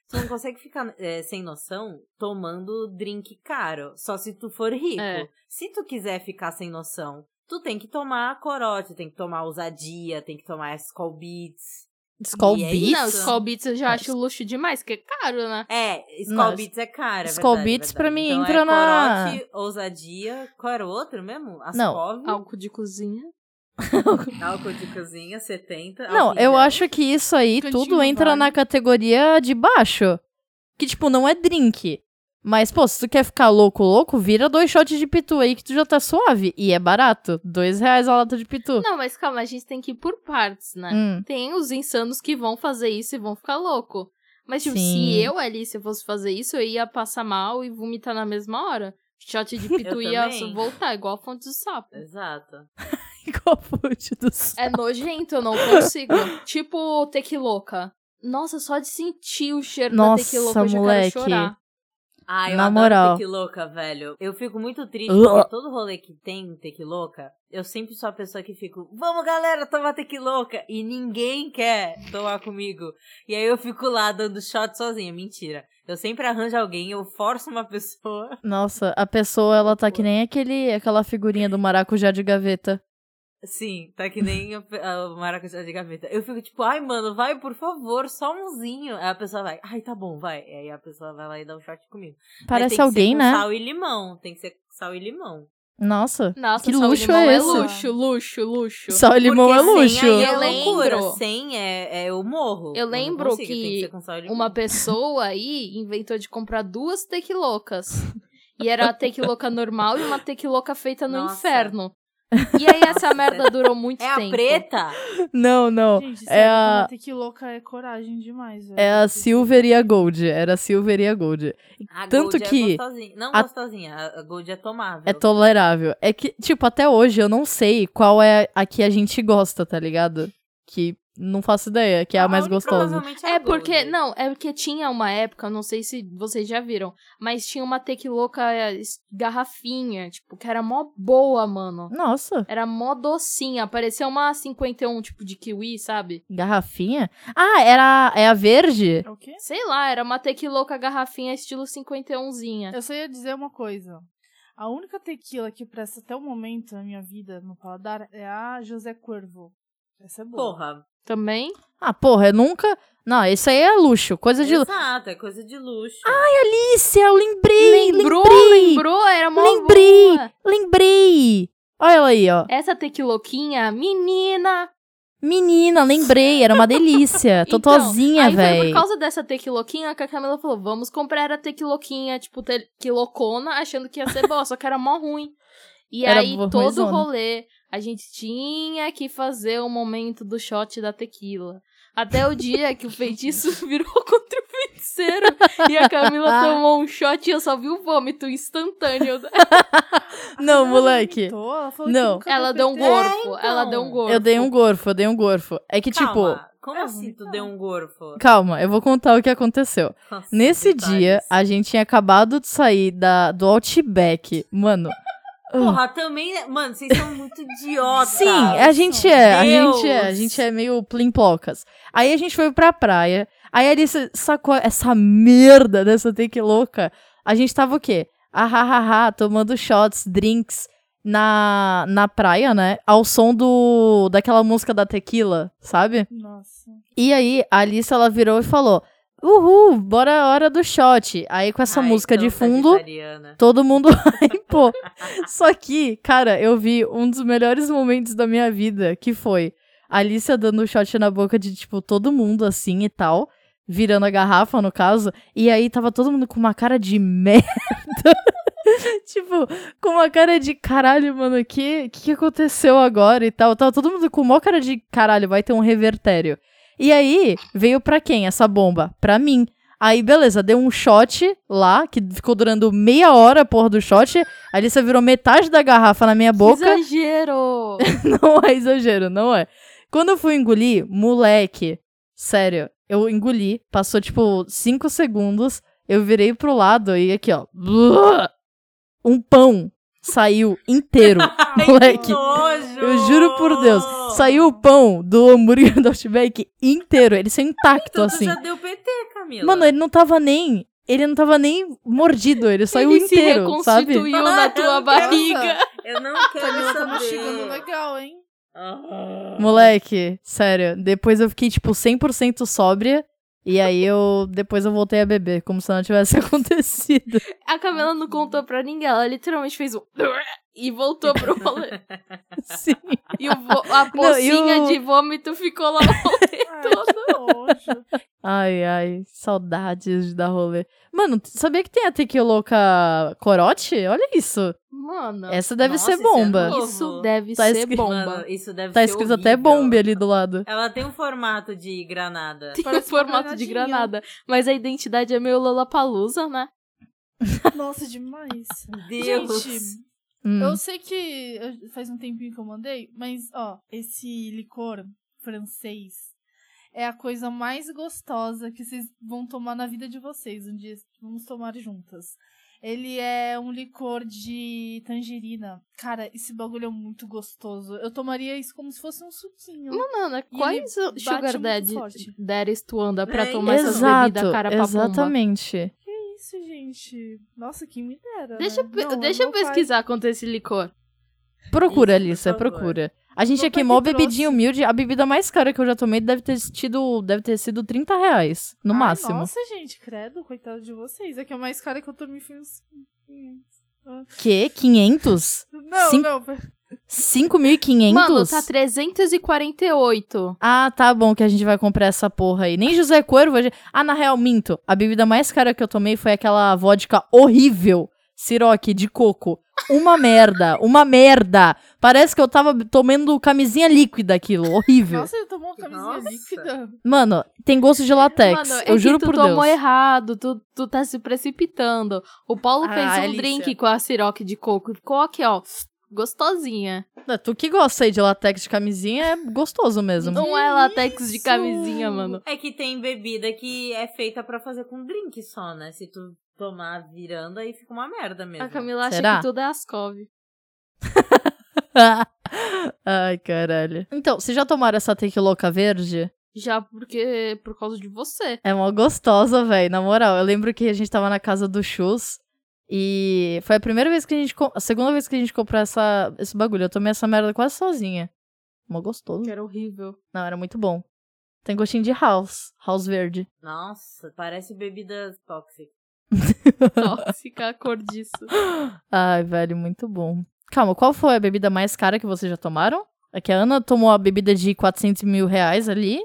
E: Tu não consegue ficar é, sem noção tomando drink caro, só se tu for rico.
C: É.
E: Se tu quiser ficar sem noção, tu tem que tomar corote, tem que tomar ousadia, tem que tomar Skol Beats.
B: Skull
E: E é
B: Beats?
C: Não,
E: Isso.
C: Skull Beats eu já acho luxo demais, que é caro, né?
E: É,
B: Não,
E: Skull Beats é cara.
B: Skull
E: verdade,
B: Beats
E: verdade.
B: pra mim
E: então
B: entra
E: é
B: na-
E: Corote, ousadia. Qual era o outro mesmo?
B: Não.
E: Ascov,
C: Álcool de cozinha.
E: álcool de cozinha, né? 70.
B: Não,
E: álcool em
B: eu
E: gel.
B: acho que isso aí
A: Cantinho
B: tudo
A: do
B: entra
A: vale.
B: na categoria de baixo. Que, tipo, não é drink. Mas, pô, se tu quer ficar louco, louco, vira dois shots de pitu aí que tu já tá suave. E é barato. Dois reais a lata de pitu.
C: Não, mas calma, a gente tem que ir por partes, né?
B: Hum.
C: Tem os insanos que vão fazer isso e vão ficar louco. Mas, tipo,
B: Sim.
C: se eu, Alice, fosse fazer isso, eu ia passar mal e vomitar na mesma hora. Shot de pitu
E: Eu
C: ia
E: também.
C: voltar, igual a fonte do sapo.
E: Exato.
B: Igual fute do céu.
C: É nojento, eu não consigo. tipo tequiloca. Nossa, só de sentir o cheiro
B: Nossa,
C: da tequiloca eu já
B: moleque.
C: quero chorar.
E: Ah, eu
B: Na
E: adoro
B: moral.
E: Tequiloca, velho. Eu fico muito triste,
B: Ugh.
E: porque todo rolê que tem Tequiloca, eu sempre sou a pessoa que fico, vamos galera, tomar Tequiloca, e ninguém quer tomar comigo. E aí eu fico lá dando shot sozinha, mentira. Eu sempre arranjo alguém, eu forço uma pessoa.
B: Nossa, a pessoa, ela tá que nem aquele, aquela figurinha do maracujá de gaveta.
E: Sim, tá que nem a, a maracujá de gaveta. Eu fico tipo, ai mano, vai, por favor, só umzinho. Aí a pessoa vai, ai tá bom, vai. E aí a pessoa vai lá e dá um shot comigo. Mas tem
B: Parece
E: que
B: alguém,
E: ser
B: né?
E: com Sal e limão, tem que ser com sal e limão.
B: Nossa.
C: Nossa,
B: Que
C: sal e
B: luxo
C: limão
B: é
C: é
B: esse?
C: luxo, luxo, luxo.
B: Sal e limão é
E: Porque
B: luxo.
E: Sem aí é
C: Eu
E: loucura,
C: lembro.
E: sem é, é eu morro.
C: Eu
E: não
C: lembro
E: consigo, tem
C: que
E: ser com sal e limão.
C: Uma pessoa aí inventou de comprar duas tequilocas. E era a tequiloca normal e uma tequiloca feita no
E: Nossa.
C: inferno. E aí essa
E: Nossa,
C: merda durou muito
E: É a
C: tempo.
E: preta?
B: Não, não.
A: Gente, sério,
B: É a,
A: tomar tequiloca é coragem demais, velho.
B: é a Silver e a Gold. Era a Silver e a Gold. É
E: A
B: Tanto
E: Gold
B: que
E: É gostosinha. Não
B: a-
E: gostosinha, a a Gold é tomável.
B: É tolerável. É que, tipo, até hoje eu não sei qual é a que a gente gosta, tá ligado? Que não faço ideia, que é a, mais
E: única,
B: gostosa.
E: Ah, provavelmente, a
C: É porque,
E: Gold.
C: não, é porque tinha uma época, não sei se vocês já viram, mas tinha uma tequiloca é, es- garrafinha, tipo, que era mó boa, mano.
B: Nossa,
C: Era mó docinha, parecia uma 51, tipo, de kiwi, sabe?
B: garrafinha? Ah, era é a verde?
A: É o quê?
C: Sei lá, era uma tequiloca garrafinha estilo 51zinha.
A: Eu só ia dizer uma coisa. A única tequila que presta até o momento na minha vida no paladar é a José Cuervo. Essa é boa.
E: Porra.
C: Também?
B: Ah, porra, é nunca. Não, isso aí é luxo, coisa de. Ah,
E: Exato, é coisa de luxo.
B: Alice, eu lembrei!
C: Lembrou,
B: lembrei!
C: lembrou, era mó
B: Lembrei!
C: boa.
B: Lembrei! Olha ela aí, ó.
C: Essa tequiloquinha, menina!
B: Menina, lembrei, era uma delícia.
C: Então,
B: Totozinha,
C: aí foi
B: velho.
C: por causa dessa tequiloquinha que a Camila falou, vamos comprar a tequiloquinha, tipo, tequilocona, achando que ia ser boa, só que era mó ruim. E
B: Era
C: aí,
B: boa,
C: todo
B: ruimzona.
C: rolê, a gente tinha que fazer o momento do shot da tequila. Até o dia que o feitiço virou contra o feiticeiro e a Camila tomou um shot e eu só vi o vômito instantâneo.
B: Não,
A: Ela
B: moleque.
A: vomitou, Ela, falou
B: Não.
A: que nunca
C: Ela deu um
A: fez teste.
C: gorfo, ela deu um gorfo.
B: É, Eu dei um gorfo, eu dei um gorfo. É que, tipo,
E: Calma, como
A: é
E: assim tu
A: vomitar.
E: deu um gorfo?
B: calma, eu vou contar o que aconteceu.
E: Nossa,
B: Nesse
E: detalhes.
B: dia, a gente tinha acabado de sair da, do Outback. Mano.
E: Porra, também... né? Mano, vocês são muito idiotas.
B: Sim, a gente é, a
E: Deus.
B: gente é, a gente é meio plimplocas. Aí a gente foi pra praia, aí a Alice sacou essa merda dessa take louca. A gente tava o quê? Ah, ha, ha, ha, tomando shots, drinks na, na praia, né? Ao som do daquela música da tequila, sabe?
A: Nossa.
B: E aí a Alice ela virou e falou: "Uhul, bora a hora do shot". Aí com essa
E: Ai,
B: música de
E: tão
B: fundo,
E: sagitariana.
B: Todo mundo vai, pô. Só que, cara, eu vi um dos melhores momentos da minha vida, que foi a Alicia dando um shot na boca de, tipo, todo mundo assim e tal. Virando a garrafa, no caso. E aí tava todo mundo com uma cara de merda. tipo, com uma cara de caralho, mano, que, que que aconteceu agora e tal. Tava todo mundo com uma cara de caralho, vai ter um revertério. E aí, veio pra quem essa bomba? Pra mim. Aí, beleza, deu um shot lá, que ficou durando meia hora a porra do shot. A Alicia virou metade da garrafa na minha
C: Que
B: boca.
C: Exagero!
B: Não é exagero, não é. Quando eu fui engolir, moleque, sério, eu engoli, passou tipo 5 segundos, eu virei pro lado e aqui, ó. bluah, Um pão saiu inteiro.
E: Ai, que
B: Moleque,
E: nojo!
B: É Eu juro por Deus, saiu o pão do hambúrguer do Outback inteiro. Ele saiu intacto,
E: Tu
B: assim.
E: já deu PT, Camila.
B: Mano, ele não tava nem. Ele não tava nem mordido, ele saiu
C: Ele se
B: inteiro, sabe?
C: reconstituiu na
E: Mano,
C: tua
E: Ah, eu quero
C: barriga.
E: Eu não quero
A: Camila tá
E: saber.
A: mastigando legal, hein?
E: Ah.
B: Moleque, sério. Depois eu fiquei, tipo, 100% sóbria. E aí eu. Depois eu voltei a beber, como se não tivesse acontecido.
C: A Camila não contou pra ninguém, ela literalmente fez um e voltou pro rolê.
B: Sim.
C: E o vo- a
B: Não, e o-
C: pocinha de vômito ficou lá.
A: Ai, que nojo.
B: Ai, ai. Saudades de dar rolê. Mano, t- sabia que tem a tequiloca corote? Olha isso.
C: Mano,
B: Essa deve
E: Nossa,
B: ser
E: isso é
B: bomba.
E: novo.
C: isso deve
B: Tá
C: ser
B: escrito-
C: bomba.
E: Mano, isso deve
B: Tá
E: ser
B: escrito
E: horrível.
B: até bombe ali do lado.
E: Ela tem um formato de granada.
C: Tem o
A: parece uma
C: formato de
A: granadinha.
C: granada. Mas a identidade é meio Lollapalooza, né?
A: Nossa, demais.
E: Deus.
A: Gente,
B: Hum.
A: eu sei que eu- faz um tempinho que eu mandei, mas, ó, esse licor francês é a coisa mais gostosa que vocês vão tomar na vida de vocês. Um dia vamos tomar juntas. Ele é um licor de tangerina. Cara, esse bagulho é muito gostoso. Eu tomaria isso como se fosse um suquinho.
C: Banana,
A: E
C: quais o
A: bate
C: sugar
A: muito
C: daddy,
A: forte.
C: daddies tu anda pra
E: É,
C: tomar essas
B: Exato,
C: bebidas cara pra pomba?
B: exatamente.
A: Que isso, gente? Nossa, quem me dera.
C: Deixa,
A: né?
C: eu pe-
A: Não,
C: deixa eu
A: meu pai-
C: pesquisar quanto é esse licor.
B: Procura,
E: Isso, por
B: Alissa,
E: favor.
B: procura. A gente
A: Meu
B: aqui,
A: pai
B: mó
A: que trouxe.
B: bebidinha humilde, a bebida mais cara que eu já tomei deve ter, tido, deve ter sido 30 reais, no
A: Ai,
B: máximo.
A: Nossa, gente, credo, coitado de vocês. É que é mais cara que eu tomei foi uns 500.
B: Que? 500?
A: Ah. Não,
B: Cin-
A: não. per-
B: 5.500?
C: Mano, tá 348.
B: Ah, tá bom que a gente vai comprar essa porra aí. Nem José Corvo. a gente- Ah, na real, minto. A bebida mais cara que eu tomei foi aquela vodka horrível. Siroque de coco. Uma merda, uma merda. Parece que eu tava tomando camisinha líquida aquilo. Horrível.
A: Nossa, ele tomou uma camisinha
E: Nossa.
A: líquida.
B: Mano, tem gosto de latex.
C: Mano, é
B: eu juro
C: que tu
B: por
C: tomou
B: Deus.
C: errado, tu, tu tá se precipitando. O Paulo
B: Ah,
C: fez um
B: Alicia.
C: drink com a siroque de coco e ficou aqui, ó, gostosinha.
B: Ah, Tu que gosta aí de latex de camisinha é gostoso mesmo.
C: Não é latex de
A: isso?
C: camisinha, mano.
E: É que tem bebida que é feita pra fazer com drink só, né? Se tu tomar virando, aí fica uma merda mesmo.
C: A Camila
B: Será?
C: acha que tudo é Ascov.
B: Ai, caralho. Então, vocês já tomaram essa tequiloca verde?
C: Já porque por causa de você.
B: É mó gostosa, velho. Na moral, eu lembro que a gente tava na casa do Chus e foi a primeira vez que a gente. co- A segunda vez que a gente comprou essa, esse bagulho. Eu tomei essa merda quase sozinha. Mó gostoso.
C: Que era horrível.
B: Não, era muito bom. Tem gostinho de house. House verde.
E: Nossa, parece bebidas tóxicas.
C: Tóxica, cor disso.
B: Ai, velho, muito bom. Calma, qual foi a bebida mais cara que vocês já tomaram? É que a Ana tomou a bebida de 400 mil reais ali.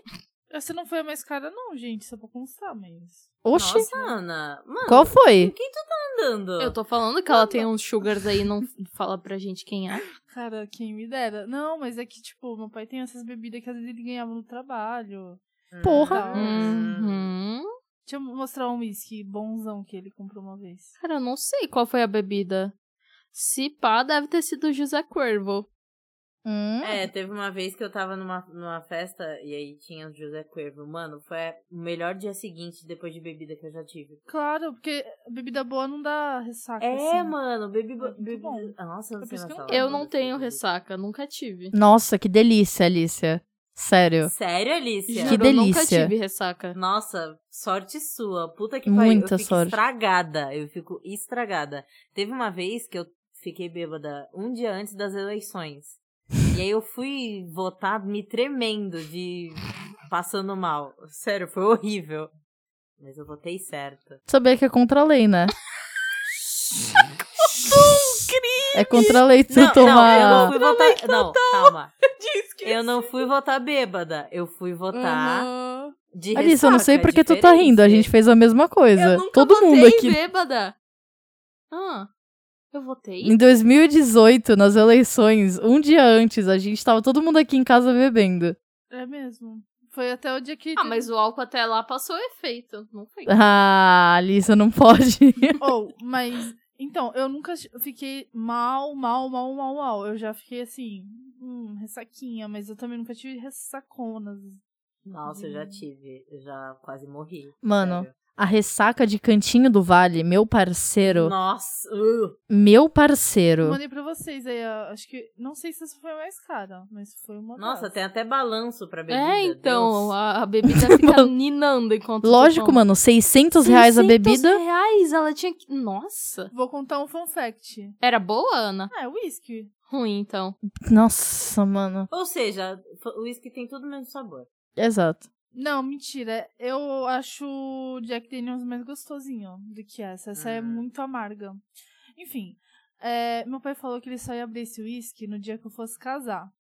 A: Essa não foi a mais cara, não, gente. Só pra constar, mas.
B: Oxi.
E: Nossa, Ana. Mano,
B: Qual foi?
E: com quem tu tá andando?
C: Eu tô falando que ela tem uns sugars aí, não fala pra gente quem é.
A: Cara, quem me dera. Não, mas é que, tipo, meu pai tem essas bebidas que às vezes ele ganhava no trabalho.
B: Porra.
E: Hum.
C: Uhum.
A: Deixa eu mostrar um whisky bonzão que ele comprou uma vez.
C: Cara, eu não sei qual foi a bebida. Se pá, deve ter sido o José Cuervo.
B: Hum.
E: É, teve uma vez que eu tava numa, numa festa e aí tinha o José Cuervo. Mano, foi o melhor dia seguinte depois de bebida que eu já tive.
A: Claro, porque bebida boa não dá ressaca.
E: É,
A: assim.
E: mano, bebi.
A: Muito
E: bebi
A: bom.
E: Nossa, eu não
A: Por
E: sei
A: isso que eu não
E: mais falar
C: Eu Ah, não
E: dessas
C: tenho
E: bebidas.
C: ressaca, nunca tive.
B: Nossa, que delícia, Alicia. Sério.
E: Sério, Alicia?
B: Que
C: Juro, eu Nunca
B: delícia.
C: tive ressaca.
E: Nossa, sorte sua. Puta que pariu.
B: Muita
E: eu fico
B: sorte.
E: estragada. Eu fico estragada. Teve uma vez que eu fiquei bêbada um dia antes das eleições. E aí eu fui votar me tremendo de passando mal. Sério, foi horrível. Mas eu votei certo.
B: Sabia que é contra a lei, né? É contra a lei tu tomar.
E: eu não fui votar. Não, calma.
A: Diz que.
E: Eu não fui votar bêbada. Eu fui votar
A: Aham.
E: de
B: Alice, eu não sei
E: ressaca,
B: porque tu tá
E: é diferente.
B: rindo. A gente fez a mesma coisa.
C: Eu nunca
B: Todo
C: votei
B: mundo aqui.
C: bêbada. Ah, eu votei?
B: Em 2018, nas eleições, um dia antes, a gente tava todo mundo aqui em casa bebendo.
A: É mesmo. Foi até o dia que.
C: Ah, mas o álcool até lá passou efeito. Não foi.
B: Ah, Alice, não pode.
A: Ou, mas. Então, eu nunca ch- fiquei mal, mal, mal, mal, mal. Eu já fiquei assim, hum, ressaquinha, mas eu também nunca tive ressaconas.
E: Nossa, eu já tive. Eu já quase morri.
B: Mano,
E: sério.
B: A ressaca de Cantinho do Vale, meu parceiro.
E: Nossa. uh.
B: Meu
A: Eu
B: parceiro.
A: mandei pra vocês aí, a- acho que. Não sei se essa foi a mais cara, mas foi uma.
E: Nossa,
A: das.
E: tem até balanço pra bebida.
C: É, então,
E: Deus.
C: a, a bebida fica ninando enquanto
B: Lógico,
C: tu toma.
B: mano, 600 reais a
C: 600
B: bebida.
C: reais, ela tinha que... Nossa.
A: Vou contar um fun fact.
C: Era boa, Ana?
A: Ah, é whisky.
C: Ruim, então.
B: Nossa, mano.
E: Ou seja, f- o uísque tem tudo menos sabor.
B: Exato.
A: Não, mentira. Eu acho o Jack Daniels mais gostosinho do que essa. Essa é
E: Hum.
A: muito amarga. Enfim, é, meu pai falou que ele só ia abrir esse uísque no dia que eu fosse casar.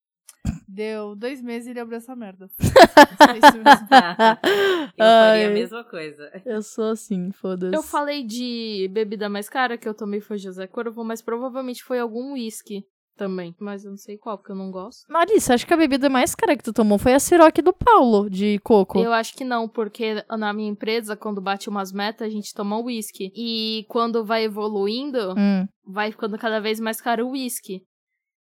A: Deu dois meses e ele abriu essa merda. Foi isso mesmo.
E: Tá, Eu faria a
B: Ai.
E: mesma coisa.
B: Eu sou assim, foda-se.
C: Eu falei de bebida mais cara que eu tomei foi José Corvo, mas provavelmente foi algum uísque também. Mas eu não sei qual, porque eu não gosto.
B: Marissa, acho que a bebida mais cara que tu tomou foi a siroque do Paulo, de coco.
C: Eu acho que não, porque na minha empresa, quando bate umas metas, a gente toma uísque. E quando vai evoluindo,
B: Hum.
C: vai ficando cada vez mais caro o uísque.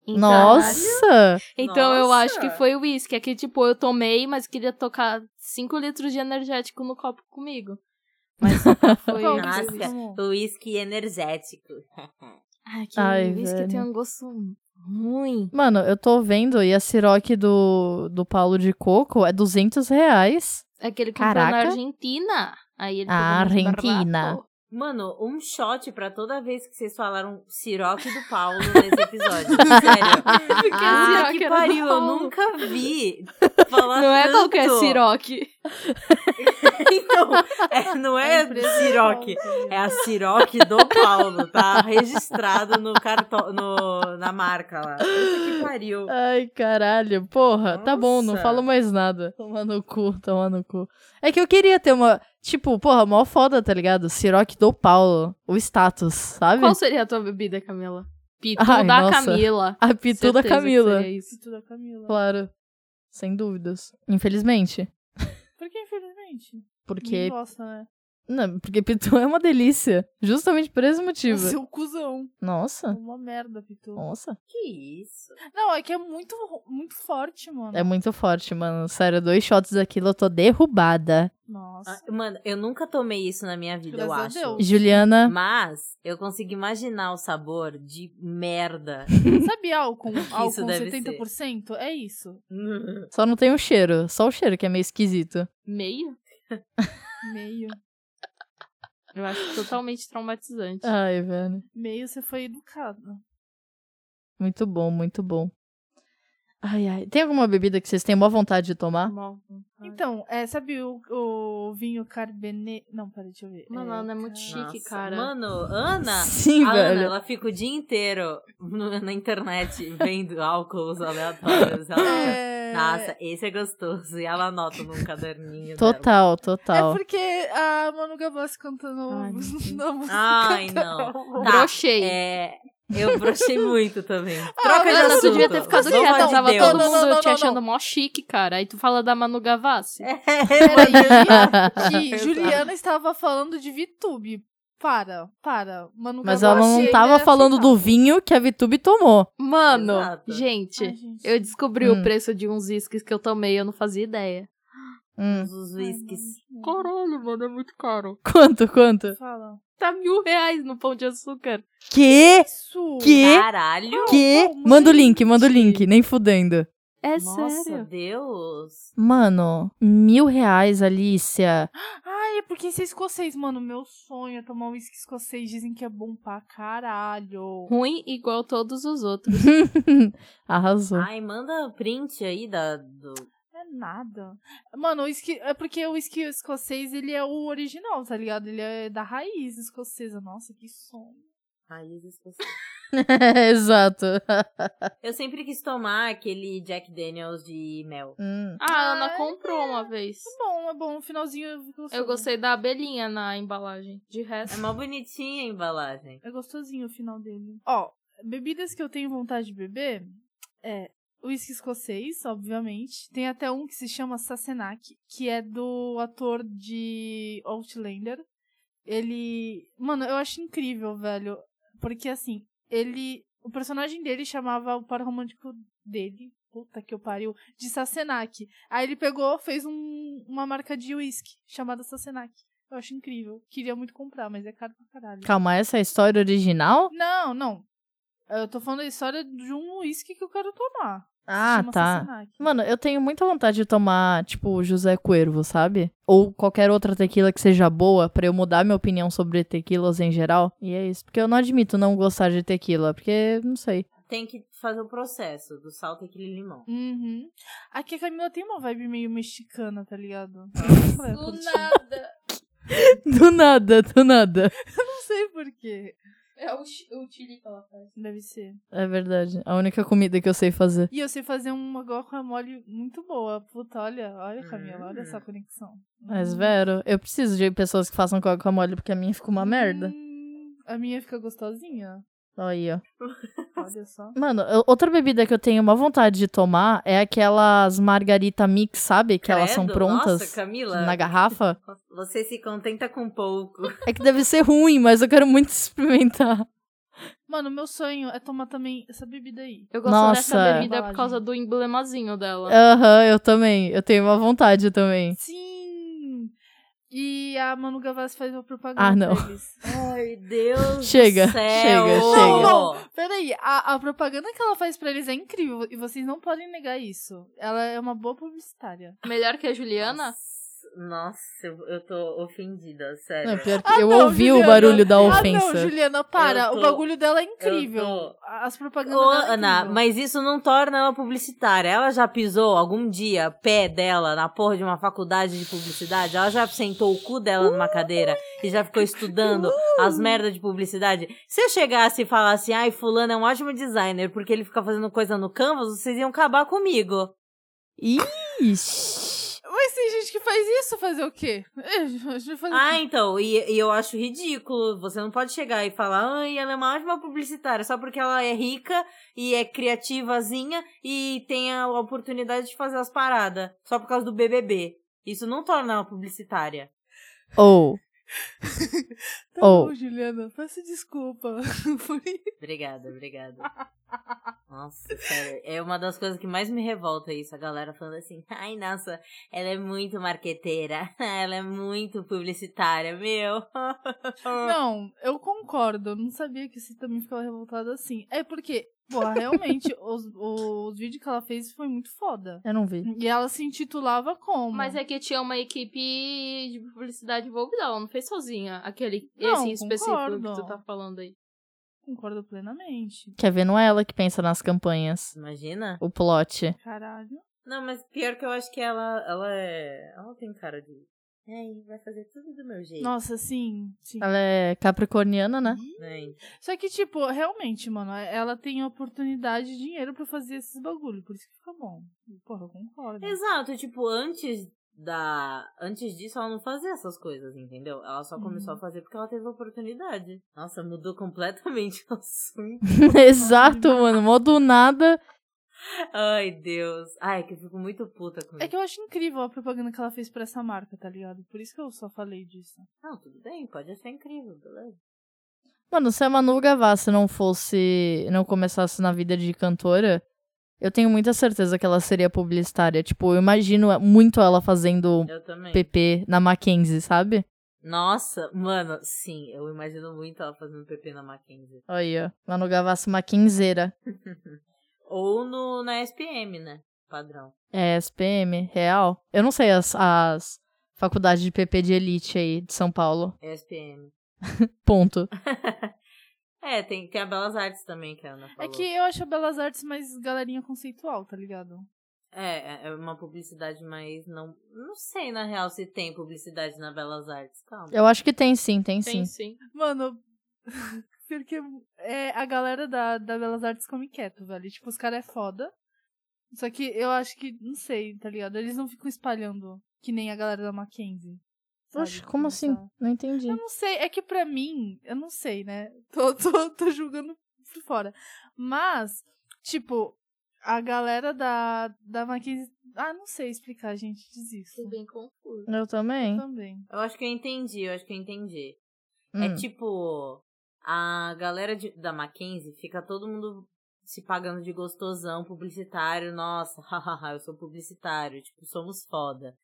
C: Então,
B: Nossa!
C: Então eu acho que
E: Nossa!
C: foi o uísque. É que, tipo, eu tomei, mas queria tocar 5 litros de energético no copo comigo. Mas foi
A: Qual
E: Nossa.
A: que você tomou?
E: Whisky energético.
C: Ai, que
B: Ai,
C: uísque
B: velho.
C: tem um gosto ruim.
B: Mano, eu tô vendo e a Ciroc do, do Paulo de Coco é 200 reais.
C: É que ele comprou na
B: Caraca.
C: Argentina. Aí ele
B: Ah,
C: pegou muito
B: Argentina.
C: barato.
E: Mano, um shot pra toda vez que vocês falaram Siroque do Paulo nesse episódio. Sério. Porque
C: Ah,
E: ah,
C: que
E: que
C: era do
E: pariu, eu
C: Paulo.
E: nunca vi falar
C: Não é
E: tanto.
C: qualquer siroque.
E: Então, é- não
A: A
E: é
A: empresa
E: Siroque.
A: volta.
E: É a Siroque do Paulo, tá registrado no cartão, no, na marca lá. Puta que pariu.
B: Ai, caralho. Porra, tá bom, não
E: Nossa.
B: falo mais nada. Toma no cu, toma no cu. É que eu queria ter uma. Tipo, porra, mó foda, tá ligado? Ciroc do Paulo. O status, sabe?
C: Qual seria a tua bebida, Camila? Pitu
B: Ai,
C: da
B: nossa.
C: Camila.
B: A pitu da
C: Certeza que
B: Camila.
C: seria isso.
A: Instituto da é Camila.
B: Claro. Sem dúvidas. Infelizmente.
A: Por que, infelizmente?
B: Porque.
A: Ninguém gosta, né?
B: Não, porque pitu é uma delícia. Justamente por esse motivo.
A: Seu cuzão.
B: Nossa.
A: Uma merda, Pitu.
B: Nossa.
E: Que isso?
A: Não, é que é muito, muito forte, mano.
B: É muito forte, mano. Sério, dois shots daquilo, eu tô derrubada.
E: Ah,
A: Nossa.
E: Mano, eu nunca tomei isso na minha vida, eu
A: Graças a
E: acho.
A: Deus.
B: Juliana.
E: Mas eu consigo imaginar o sabor de merda.
A: Sabe álcool? álcool
E: deve
A: 70%? É isso.
B: Só não tem o cheiro. Só o cheiro que é meio esquisito.
C: Meio?
A: Meio.
C: Eu acho totalmente traumatizante.
B: Ai, velho.
A: Meio você foi educado.
B: Muito bom, muito bom. Ai, ai. Tem alguma bebida que vocês têm boa vontade de tomar?
C: Mó-
A: Então, é, sabe o, o vinho Carbenet? Não, pera, deixa eu ver.
C: Mano, ela não é muito
A: car-
C: chique,
E: Nossa,
C: cara.
E: Mano, Ana,
B: Sim,
E: a Ana,
B: velho.
E: ela fica o dia inteiro no- na internet vendo álcools aleatórios. Ela,
A: É...
E: Nossa, esse é gostoso. E ela anota num caderninho. dela.
B: Total,
A: É
B: total.
A: porque a Manu Gavassi cantando
C: Ai, meu Deus.
A: na música.
E: Ai, não. Tá,
C: Brochei.
E: É, eu brochei muito também. Troca de
C: Ana,
E: assunto.
C: tu devia Ah, ter ficado
E: Pelo amor
C: quieta,
E: de
C: tava
E: Deus.
C: todo
A: Não, não,
C: mundo
A: não,
C: te
A: não,
C: achando
A: não.
C: mó chique, cara. Aí tu fala da Manu Gavassi.
B: É,
C: Ah,
A: Peraí, que Juliana estava falando de VTube. Para, para. Manu
B: Mas ela não
A: Gavassi
B: tava
A: ainda é
B: falando do
A: aceitável.
B: vinho que a Vitube tomou.
C: Mano,
E: Exato.
A: Ai,
C: gente,
A: gente.
C: eu descobri
B: Hum.
C: o preço de uns uísques que eu tomei, eu não fazia ideia.
B: Hum.
E: Os
A: Ai,
E: whiskies.
A: mano,
C: Caralho, mano, é muito caro.
B: Quanto, quanto?
A: Fala.
C: Tá mil reais no pão de açúcar.
B: Que?
A: Isso.
B: Que?
E: Caralho.
B: Que?
A: como,
B: Manda o link, manda o
A: gente?
B: link. Nem fudendo.
C: É
E: Nossa,
C: sério.
E: Deus.
B: Mano, mil reais, Alicia.
A: Ai, é porque isso é escocês, mano. Meu sonho é tomar um uísque escocês. Dizem que é bom pra caralho.
C: Ruim igual todos os outros.
B: Arrasou.
E: Ai, manda print aí da, do...
A: É nada. Mano, o uísque- é porque o uísque escocês, ele é o original, tá ligado? Ele é da raiz escocesa. Nossa, que sonho.
E: Raízes
B: Exato.
E: Eu sempre quis tomar aquele Jack Daniels de mel.
B: Hum.
C: Ah, a Ana
A: Ah,
C: comprou uma vez.
A: É bom, é bom. O finalzinho eu
C: Eu gostei da abelhinha na embalagem. De resto.
E: É mó bonitinha a embalagem.
A: É gostosinho o final dele. Ó, bebidas que eu tenho vontade de beber é uísque escocês, obviamente. Tem até um que se chama Sassenach, que é do ator de Outlander. Ele. Mano, eu acho incrível, velho. Porque assim, ele. O personagem dele chamava o par romântico dele. Puta que eu pariu. De Sassenach. Aí ele pegou, fez um- uma marca de uísque chamada Sassenach. Eu acho incrível. Queria muito comprar, mas é caro pra caralho.
B: Calma, essa é a história original?
A: Não, não. Eu tô falando a história de um uísque que eu quero tomar.
B: Ah,
A: Chama
B: tá.
A: Sassenach.
B: Mano, eu tenho muita vontade de tomar, tipo, José Cuervo, sabe? Ou qualquer outra tequila que seja boa, pra eu mudar minha opinião sobre tequilas em geral. E é isso. Porque eu não admito não gostar de tequila, porque, não sei.
E: Tem que fazer o processo do sal, tequila e limão.
A: Uhum. Aqui a Camila tem uma vibe meio mexicana, tá ligado? Ela é curtida.
C: nada.
B: Do nada, do nada.
A: Não sei porquê.
C: É o, o Chile que ela faz.
A: Deve ser.
B: É verdade. A única comida que eu sei fazer.
A: E eu sei fazer uma guacamole muito boa. Puta, olha, olha, Camila, olha essa conexão.
B: Hum. Mas,
E: Uhum.
A: Hum.
B: Vero, eu preciso de pessoas que façam guacamole, porque a minha fica
E: Uhum.
B: uma merda.
A: Hum, a minha fica gostosinha.
B: Aí, ó.
A: Olha só.
B: Mano, eu- outra bebida que eu tenho uma vontade de tomar é aquelas margarita mix, sabe? Que elas são
E: Credo,
B: prontas
E: Nossa, Camila.
B: na garrafa.
E: Você se contenta com pouco.
B: É que deve ser ruim, mas eu quero muito experimentar.
A: Mano, meu sonho é tomar também essa bebida aí.
C: Eu gosto
B: Nossa.
C: dessa bebida por causa do emblemazinho dela.
B: Aham, eu também. Eu tenho uma vontade também.
A: Sim! E a Manu Gavassi faz uma propaganda.
B: Ah, não.
A: deles.
E: Ai, Deus
B: Chega,
E: do céu.
B: chega,
A: chega.
E: Não.
A: Peraí, a, a propaganda que ela faz pra eles é incrível e vocês não podem negar isso. Ela é uma boa publicitária.
C: Melhor que a Juliana?
E: Nossa, eu, eu tô ofendida, sério.
B: Não, pior que
A: Ah,
B: eu
A: não,
B: ouvi
A: Juliana.
B: o barulho da
E: Ah,
A: Ah,
B: ofensa.
A: não, Juliana, para.
E: Eu tô-
A: O bagulho dela é incrível.
E: eu tô-
A: As propagandas
E: Ô,
A: dela é
E: Ana,
A: incrível.
E: mas isso não torna ela publicitária. Ela já pisou algum dia pé dela na porra de uma faculdade de publicidade? Ela já sentou o cu dela numa cadeira e já ficou estudando as merdas de publicidade? Se eu chegasse e falasse, ai, fulano é um ótimo designer porque ele fica fazendo coisa no Canvas, vocês iam acabar comigo.
B: Ixi.
A: Mas tem gente que faz isso, fazer o quê? É, a gente vai fazer o
E: Ah,
A: quê?
E: então, e, e eu acho ridículo. Você não pode chegar e falar, ai, ela é uma ótima publicitária, só porque ela é rica e é criativazinha e tem a oportunidade de fazer as paradas, só por causa do BBB. Isso não torna ela publicitária.
B: Ou.
A: Tá
B: Oh.
A: bom, Juliana, peço desculpa. Foi-
E: Obrigada, obrigada. Nossa, sério, é uma das coisas que mais me revolta isso, a galera falando assim, ai, nossa, ela é muito marqueteira, ela é muito publicitária, meu. Ah.
A: Não, eu concordo. Eu não sabia que você também ficava revoltada assim. É porque, porra, realmente, os, os vídeos que ela fez foi muito foda.
B: Eu não vi.
A: E ela se intitulava como?
C: Mas é que tinha uma equipe de publicidade envolvida, ela não fez sozinha aquele
A: Não,
C: esse em específico que
A: concordo.
C: tu tá falando aí.
A: Concordo plenamente.
B: Quer ver? Não é ela que pensa nas campanhas.
E: Imagina?
B: O plot.
A: Caralho.
E: Não, mas pior que eu acho que ela, ela é. Ela tem cara de. Ai, vai fazer tudo do meu jeito.
A: Nossa, sim. sim.
B: Ela é capricorniana, né?
E: Né?
A: Só que, tipo, realmente, mano, é, ela tem oportunidade e dinheiro pra fazer esses bagulho. Por isso que fica bom. E, Porra, eu concordo.
E: Exato, tipo, antes da. Antes disso, ela não fazia essas coisas, entendeu? Ela só
A: Uhum.
E: começou a fazer porque ela teve oportunidade. Nossa, mudou completamente o assunto.
B: Exato, mano. Mó do nada.
E: Ai, Deus. Ai, é que eu fico muito puta com
A: É
E: isso.
A: que eu acho incrível a propaganda que ela fez pra essa marca, tá ligado? Por isso que eu só falei disso.
E: Não, tudo bem, pode achar incrível, beleza.
B: Mano, se a Manu Gavassi não fosse. não começasse na vida de cantora, eu tenho muita certeza que ela seria publicitária. Tipo, eu imagino muito ela
A: Um
B: fazendo
E: Eu também.
B: PP na Mackenzie, sabe?
E: Nossa, mano, sim, eu imagino muito ela fazendo PP na Mackenzie.
B: Aí, ó. Manu Gavassi Mackenzeira.
E: Ou no, na SPM, né? Padrão.
B: É, SPM, real. Eu não sei as, as faculdades de PP de elite aí de São Paulo.
E: SPM.
B: Ponto.
E: É, tem, tem a Belas Artes também, que a Ana
A: É
E: falou.
A: que eu acho a Belas Artes mais galerinha conceitual, tá ligado?
E: É, é- é uma publicidade mais... Não, não sei, na real, se tem publicidade na Belas Artes. Calma.
B: Eu acho que tem sim, tem sim.
C: Tem sim.
A: Mano, porque é, a galera da, da Belas Artes come quieto, velho. Tipo, os caras é foda. Só que eu acho que, não sei, tá ligado? Eles não ficam espalhando que nem a galera da Mackenzie. sabe?
B: Oxe, como assim?
A: Essa-
B: Não entendi.
A: Eu não sei, é que pra mim, eu não sei, né? Tô, tô, tô julgando por fora. Mas, tipo, a galera da, da Mackenzie. Ah, não sei explicar, gente, desisto.
C: Tô bem confuso.
B: Eu também.
A: Também.
E: Eu acho que eu entendi, eu acho que eu entendi. É
B: Hum.
E: tipo... A galera de- da Mackenzie fica todo mundo se pagando de gostosão, publicitário. Nossa, hahaha, eu sou publicitário. Tipo, somos foda.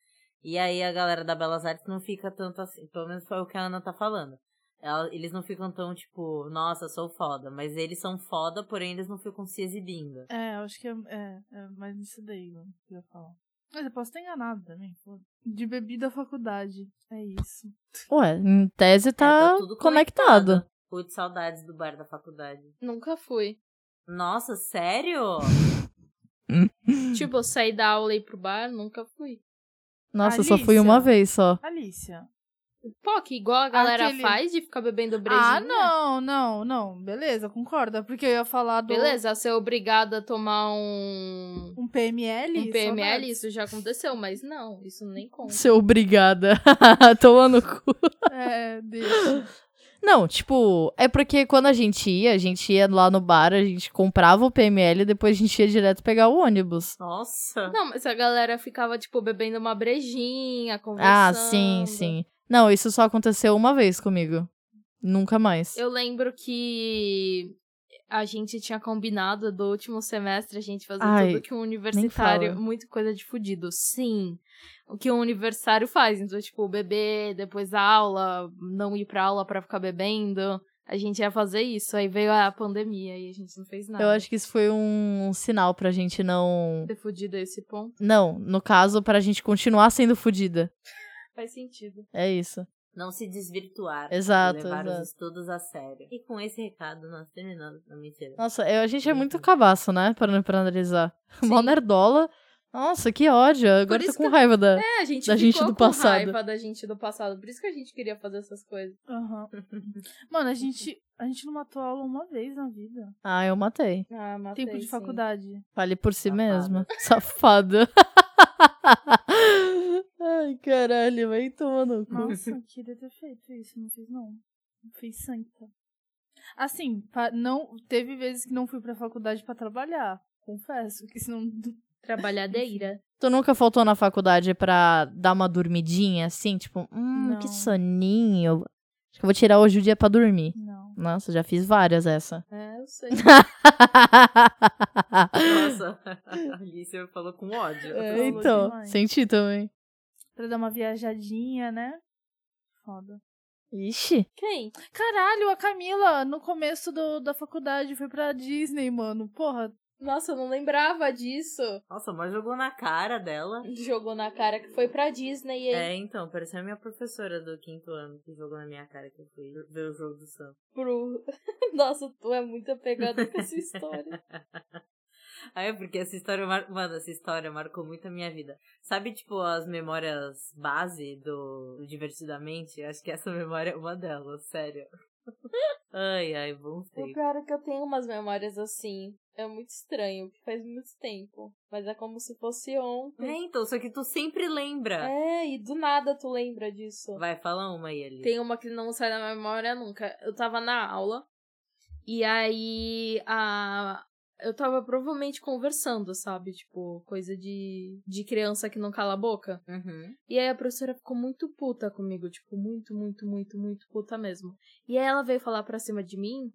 E: E aí a galera da Belas Artes não fica tanto assim. Pelo menos foi o que a Ana tá falando. Ela- eles não ficam tão tipo, nossa, sou foda. Mas eles são foda, porém eles não ficam se exibindo.
A: É, eu acho que é, é, é mais isso daí, mano, que eu ia falar. Mas eu posso ter enganado também. pô. De bebida à faculdade. É isso.
B: Ué, em tese tá,
E: tá tudo
B: conectado.
E: Putz, saudades do bar da faculdade.
C: Nunca fui.
E: Nossa, sério?
B: Hum.
C: Tipo, eu saí da aula e ir pro bar, nunca fui.
B: Nossa, eu só fui
A: Alicia.
B: uma vez só.
A: Alicia.
C: Pô, que igual a galera
A: Aquele-
C: faz de ficar bebendo brejinha.
A: Ah, não, não, não. Beleza, concorda. Porque eu ia falar do.
C: Beleza, a ser obrigada a tomar um,
A: Um PML?
C: um PML,
A: saudades.
C: isso já aconteceu, mas não, isso nem conta.
B: Ser obrigada. Toma no cu.
A: É, deixa.
B: Não, tipo, é porque quando a gente ia, a gente ia lá no bar, a gente comprava o PML e depois a gente ia direto pegar o ônibus.
E: Nossa.
C: Não, mas a galera ficava, tipo, bebendo uma brejinha, conversando.
B: Ah, sim, sim. Não, isso só aconteceu uma vez comigo. Nunca mais.
C: Eu lembro que a gente tinha combinado do último semestre a gente fazer
B: Ai,
C: tudo que um universitário.
B: fala.
C: Muito coisa de fudido. Sim. O que um universitário faz. Então, tipo, beber, depois a aula, não ir pra aula pra ficar bebendo. A gente ia fazer isso. Aí veio a pandemia e a gente não fez nada.
B: Eu acho que isso foi um, sinal pra gente não.
C: ter fudido a esse ponto
B: Não, no caso, pra gente continuar sendo fodida.
C: faz sentido.
B: É isso.
E: Não se desvirtuar.
B: Exato,
E: Levar
B: exato.
E: os estudos a sério. E com esse recado, nós terminamos. Não, mentira.
B: Nossa, eu- a gente é muito cabaço, né? Pra, pra analisar. Mó nerdola. Nossa, que ódio. Agora tô
C: isso
B: com
C: que-
B: raiva da.
C: É, a gente
B: Da
C: ficou
B: gente do
C: com
B: passado.
C: raiva da gente do passado. Por isso que a gente queria fazer essas coisas.
A: Aham. Mano, a gente, a gente não matou aula uma vez na vida.
B: Ah, eu matei.
C: Ah, matei,
A: Tempo de
C: sim.
A: faculdade.
B: Fale por si
E: Safada.
B: mesma. Safada. Ai, caralho, vai tomar no cu.
A: Nossa, eu queria ter feito isso, não fiz não. Não fiz santa. Assim, pa- não teve vezes que não fui pra faculdade pra trabalhar. Confesso, que senão.
C: Trabalhadeira.
B: Tu nunca faltou na faculdade pra dar uma dormidinha, assim? Tipo, hum,
A: Não.
B: que soninho. Acho que eu vou tirar hoje o dia pra dormir.
A: Não.
B: Nossa, já fiz várias essa.
C: É, eu sei.
E: Nossa, a Alicia falou com ódio.
A: É,
B: então,
A: demais.
B: senti também.
A: Pra dar uma viajadinha, né? Foda.
B: Ixi,
C: Quem?
A: Caralho, a Camila, no começo do, da faculdade, foi pra Disney, mano. Porra,
C: Nossa, eu não lembrava disso.
E: Nossa, mas jogou na cara dela.
C: Jogou na cara que foi pra Disney. E
E: É, então, parecia a minha professora do quinto ano que jogou na minha cara que eu fui ver o jogo do Santos.
C: pro... Nossa, tu é muito apegado com essa história.
E: Ah, é porque essa história, mar... mano, essa história marcou muito a minha vida. Sabe, tipo, as memórias base do, do Divertidamente? Acho que essa memória é uma delas, sério. ai, ai, bom
C: O
E: tempo.
C: pior é que eu tenho umas memórias assim. É muito estranho, porque faz muito tempo. Mas é como se fosse
E: É,
C: ontem.
E: então, só que tu sempre lembra.
C: É, e do nada tu lembra disso.
E: Vai, fala uma aí, Alice.
C: Tem uma que não sai da minha memória nunca. Eu tava na aula e aí a eu tava provavelmente conversando, sabe? Tipo, coisa de, de criança que não cala a boca.
E: Uhum.
C: E aí a professora ficou muito puta comigo, tipo, muito, muito, muito, muito puta mesmo. E aí ela veio falar pra cima de mim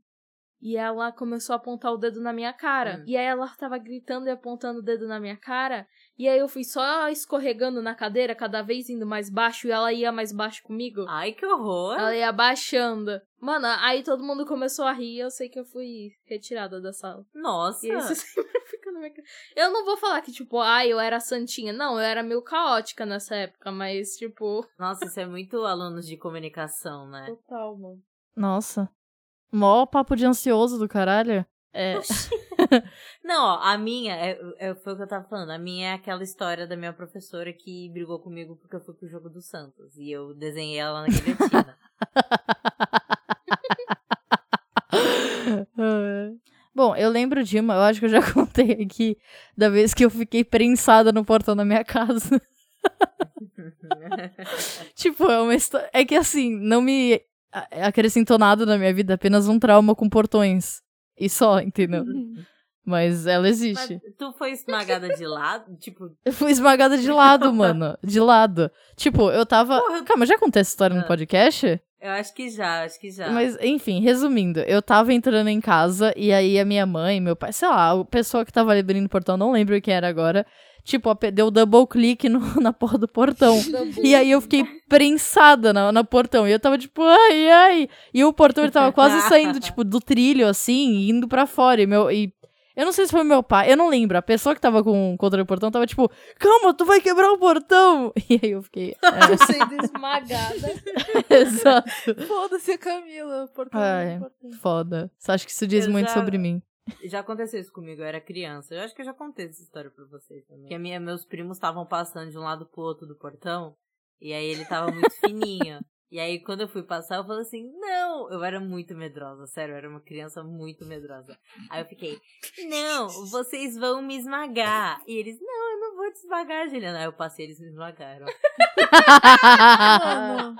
C: e ela começou a apontar o dedo na minha cara.
E: Hum.
C: E aí ela tava gritando e apontando o dedo na minha cara. E aí eu fui só escorregando na cadeira, cada vez indo mais baixo, e ela ia mais baixo comigo.
E: Ai, que horror!
C: Ela ia baixando. Mano, aí todo mundo começou a rir, eu sei que eu fui retirada da sala.
E: Nossa!
C: E isso sempre fica na minha cara. Eu não vou falar que, tipo, ai, eu era santinha. Não, eu era meio caótica nessa época, mas, tipo.
E: Nossa, isso é muito alunos de comunicação,
A: Uhum.
E: né?
C: Total, mano.
B: nossa. Mó papo de ansioso do caralho. É,
E: Não, ó, a minha, é, é- foi o que eu tava falando, a minha é aquela história da minha professora que brigou comigo porque eu fui pro jogo do Santos e eu desenhei ela na guilhotina.
B: Bom, eu lembro de uma, eu acho que eu já contei aqui, da vez que eu fiquei prensada no portão da minha casa. tipo, é uma história. É que assim, não me a- acrescentou nada na minha vida, apenas um trauma com portões. E só, entendeu? Mas ela
E: Uhum. Mas
B: existe.
E: tu foi esmagada de lado? Tipo,
B: Eu fui esmagada de lado, mano. De lado. Tipo, eu tava. Calma, eu já contei essa história no
E: Ah.
B: podcast?
E: eu acho que já, acho que já.
B: Mas, enfim, resumindo, eu tava entrando em casa e aí a minha mãe, meu pai, sei lá, o pessoal que tava ali abrindo o portão, não lembro quem era agora, tipo, ape- deu double click no- na porra do portão. E aí eu fiquei prensada na, na portão. E eu tava tipo, ai, ai. E o portão ele tava quase saindo, tipo, do trilho, assim, e indo pra fora. E, meu, e eu não sei se foi meu pai, eu não lembro. A pessoa que tava com contra o portão tava tipo, calma, tu vai quebrar o portão. E aí eu fiquei.
C: Eu sendo esmagada.
B: é, Exato.
A: foda-se a Camila. Portão,
B: Ai.
A: portão.
B: Foda. Só acho que isso diz
E: Eu
B: muito
E: já-
B: sobre mim.
E: Já aconteceu isso comigo, eu era criança. Eu acho que eu já contei essa história pra vocês também. Que a minha, meus primos estavam passando de um lado pro outro do portão, e aí ele tava muito fininho. E aí, quando eu fui passar, eu falei assim, não! Eu era muito medrosa, sério, eu era uma criança muito medrosa. Aí eu fiquei, não, vocês vão me esmagar. E eles, não, eu não vou te esmagar, Juliana. Aí eu passei, eles me esmagaram.
A: Mano,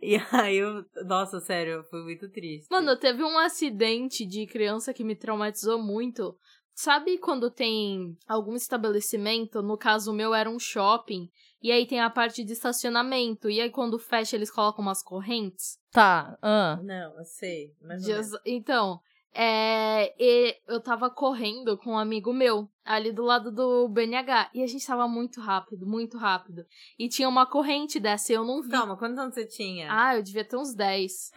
E: E aí eu, nossa, sério, foi muito triste.
C: Mano, teve um acidente de criança que me traumatizou muito. Sabe quando tem algum estabelecimento, no caso o meu era um shopping, E aí tem a parte de estacionamento. E aí quando fecha, eles colocam umas correntes.
B: Tá, ah.
E: Não, eu sei. Mas
C: de as- Então, é, e eu tava correndo com um amigo meu, ali do lado do BNH. E a gente tava muito rápido, muito rápido. E tinha uma corrente dessa e eu não vi.
E: Calma, quantos anos você tinha?
C: Ah, eu devia ter uns 10.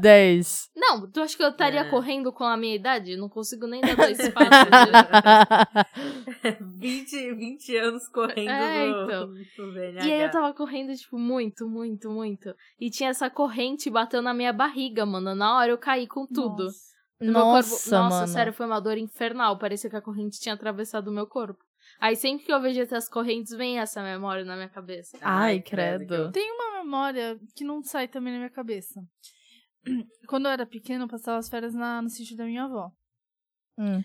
B: 10.
C: Não, tu acha que eu estaria
E: É.
C: correndo com a minha idade? Eu não consigo nem dar dois passos. né?
E: 20, 20 anos correndo
C: É,
E: no,
C: então.
E: no BNH.
C: E aí eu tava correndo, tipo, muito, muito, muito. E tinha essa corrente batendo na minha barriga, mano. Na hora eu caí com tudo.
A: Nossa.
C: No meu corpo-
B: Nossa,
C: Nossa,
B: mano.
C: sério, foi uma dor infernal. Parecia que a corrente tinha atravessado o meu corpo. Aí sempre que eu vejo essas correntes, vem essa memória na minha cabeça.
B: Ai,
E: que
B: credo.
E: horror.
A: Tem uma memória que não sai também na minha cabeça. Quando eu era pequena, eu passava as férias na- no sítio da minha avó.
B: Hum.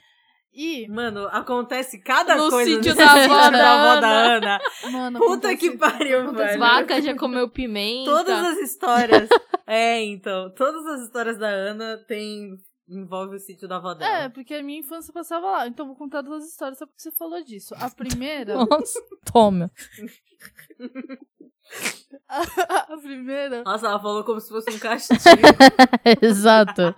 A: E,
E: Mano, acontece cada
C: No
E: coisa
C: sítio
E: nesse
C: da avó
E: sítio
C: da
E: avó da Ana.
A: mano.
E: Puta
A: acontece-
E: que pariu,
A: acontece
E: velho.
C: Vaca já comeu pimenta.
E: Todas as histórias. é, então. Todas as histórias da Ana tem. Envolve o sítio da avó
A: É,
E: dela.
A: porque a minha infância passava lá. Então vou contar duas histórias só porque você falou disso. A primeira.
B: Nossa, toma.
A: a primeira.
E: Nossa, ela falou como se fosse um castigo.
B: Exato.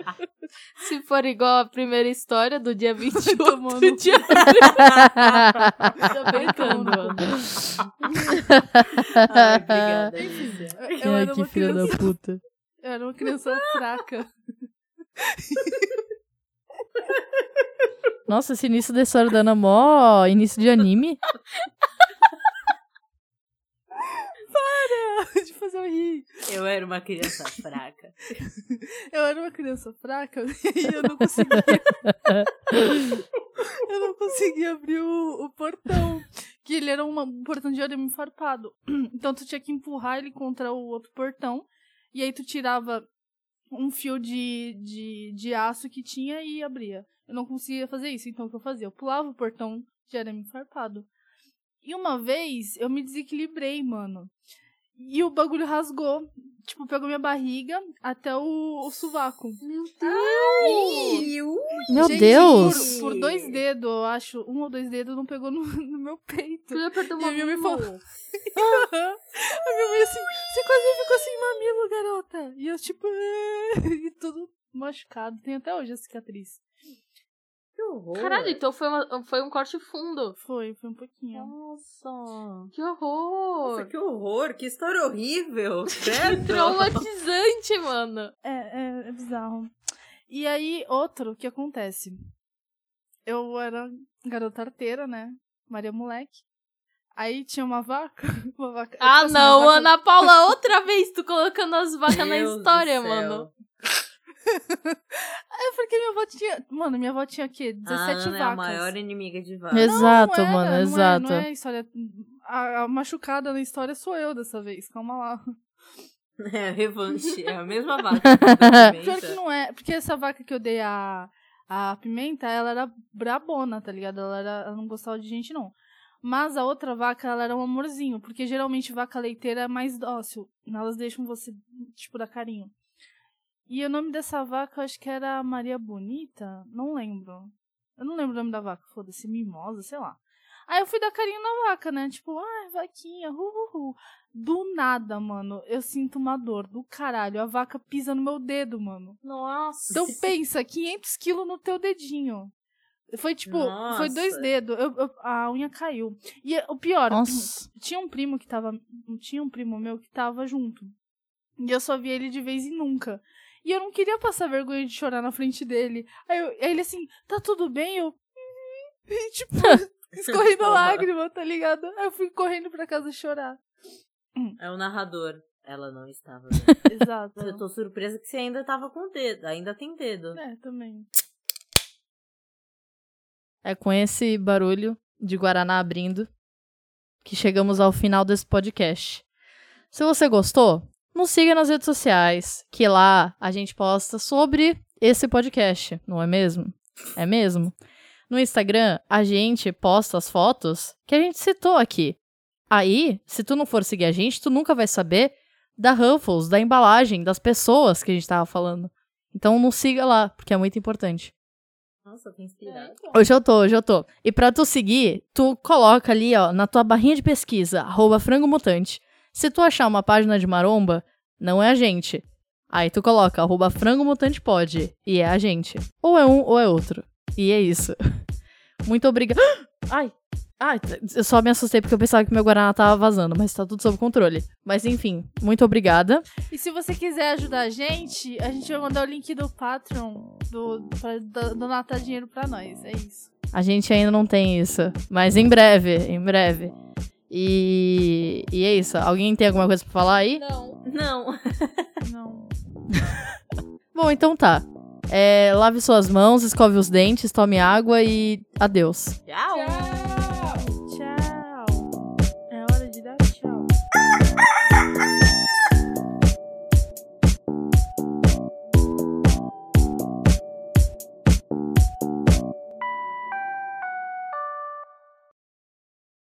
C: Se for igual a primeira história do dia 28
A: Tomando
C: do
A: no
C: dia...
A: Tá
C: brincando, mano.
E: Ai, obrigada, Alicia.
A: Eu
B: Ai,
A: era
B: que
A: uma
B: filha
A: criança.
B: da puta.
A: Eu era uma criança fraca.
B: Nossa, esse início da história da Ana mó início de anime.
A: de fazer eu rir.
E: Eu era uma criança fraca.
A: Eu era uma criança fraca e eu não conseguia. eu não conseguia abrir o, o portão. Que ele era uma- um portão de arame farpado. Então tu tinha que empurrar ele contra o outro portão. E aí tu tirava um fio de, de, de aço que tinha e abria. Eu não conseguia fazer isso. Então o que eu fazia? Eu pulava o portão de arame farpado. E uma vez eu me desequilibrei, mano. E o bagulho rasgou. Tipo, pegou minha barriga até o, o sovaco.
C: Meu Deus.
E: Ih, uh,
B: Meu
A: Gente,
B: Deus.
A: Por, por dois dedos, eu acho. Um ou dois dedos não pegou no, no meu peito.
C: Eu ia perder
A: E
C: uma
A: a minha mãe falou. a minha mãe assim, você quase ficou sem mamilo, garota. E eu, tipo, e tudo machucado. Tem até hoje a cicatriz.
E: que horror.
C: Caralho, então foi, uma- foi um corte fundo.
A: Foi, foi um pouquinho.
C: Nossa, que horror!
E: Nossa, que horror. Que história horrível. Certo?
C: Traumatizante, mano.
A: É, é, é bizarro. E aí, outro que acontece. Eu era garota arteira, né? Maria Moleque. Aí tinha uma vaca. Uma vaca
C: Ah,
A: tipo assim, uma
C: não,
A: vaca-
C: Ana Paula, outra vez tu colocando as vacas na
E: Deus do
C: é história,
E: céu.
C: mano.
A: É porque minha avó tinha. Mano, minha avó tinha o quê?
E: A
A: 17
E: Ana
A: vacas.
E: é a maior inimiga de vaca.
A: Não,
B: Exato,
A: não era,
B: mano,
A: não é-
B: exato.
A: não é história. A, a machucada na história sou eu dessa vez, calma lá.
E: É, revanche. É a mesma vaca. que
A: Pior que
E: pimenta.
A: não é, porque essa vaca que eu dei a, a pimenta, ela era brabona, tá ligado? Ela, era, ela não gostava de gente, não. Mas a outra vaca, ela era um amorzinho, porque geralmente vaca leiteira é mais dócil. Elas deixam você, tipo, dar carinho. E o nome dessa vaca, eu acho que era Maria Bonita? Não lembro. Eu não lembro o nome da vaca, foda-se, mimosa, sei lá. Aí eu fui dar carinho na vaca, né? Tipo, ai, vaquinha, ru, ru, ru. Do nada, mano, eu sinto uma dor do caralho. A vaca pisa no meu dedo, mano.
C: Nossa.
A: Então pensa, 500 quilos no teu dedinho. Foi tipo, foi dois
E: Nossa.
A: dedos. eu- eu- a unha caiu. E eh, o pior,
B: Nossa.
A: tinha um primo que tava. Tinha um primo meu que tava junto. E eu só via ele de vez em nunca. E eu não queria passar vergonha de chorar na frente dele. Aí, eu- aí ele assim, tá tudo bem? Eu. "Uhum." E, tipo, escorrendo a lágrima, tá ligado? Aí eu fui correndo pra casa chorar.
E: É o narrador. Ela não estava.
A: Exato.
E: Eu tô surpresa que você ainda tava com o dedo. Ainda tem dedo.
A: É, também.
B: É com esse barulho de Guaraná abrindo que chegamos ao final desse podcast. Se você gostou, nos siga nas redes sociais, que lá a gente posta sobre esse podcast, não é mesmo? É mesmo? No Instagram, a gente posta as fotos que a gente citou aqui. Aí, se tu não for seguir a gente, tu nunca vai saber da Ruffles, da embalagem, das pessoas que a gente tava falando. Então, nos siga lá, porque é muito importante.
E: Nossa, eu tô inspirada.
A: então.
B: Hoje eu tô, hoje eu tô. E pra tu seguir, tu coloca ali, ó, na tua barrinha de pesquisa, arroba frango mutante. Se tu achar uma página de maromba, não é a gente. Aí tu coloca arroba frango mutante pode, e é a gente. Ou é um ou é outro. E é isso. Muito obrigada. Ai! Ai, t- eu só me assustei porque eu pensava que meu Guaraná tava vazando, mas tá tudo sob controle. Mas enfim, muito obrigada.
A: E se você quiser ajudar a gente, a gente vai mandar o link do Patreon do, pra do- donatar dinheiro pra nós. É isso.
B: A gente ainda não tem isso, mas em breve, em breve. E, e é isso. Alguém tem alguma coisa pra falar aí?
C: Não.
E: Não.
A: Não.
B: Bom, então tá. É, lave suas mãos, escove os dentes, tome água e adeus.
E: Tchau.
C: Tchau.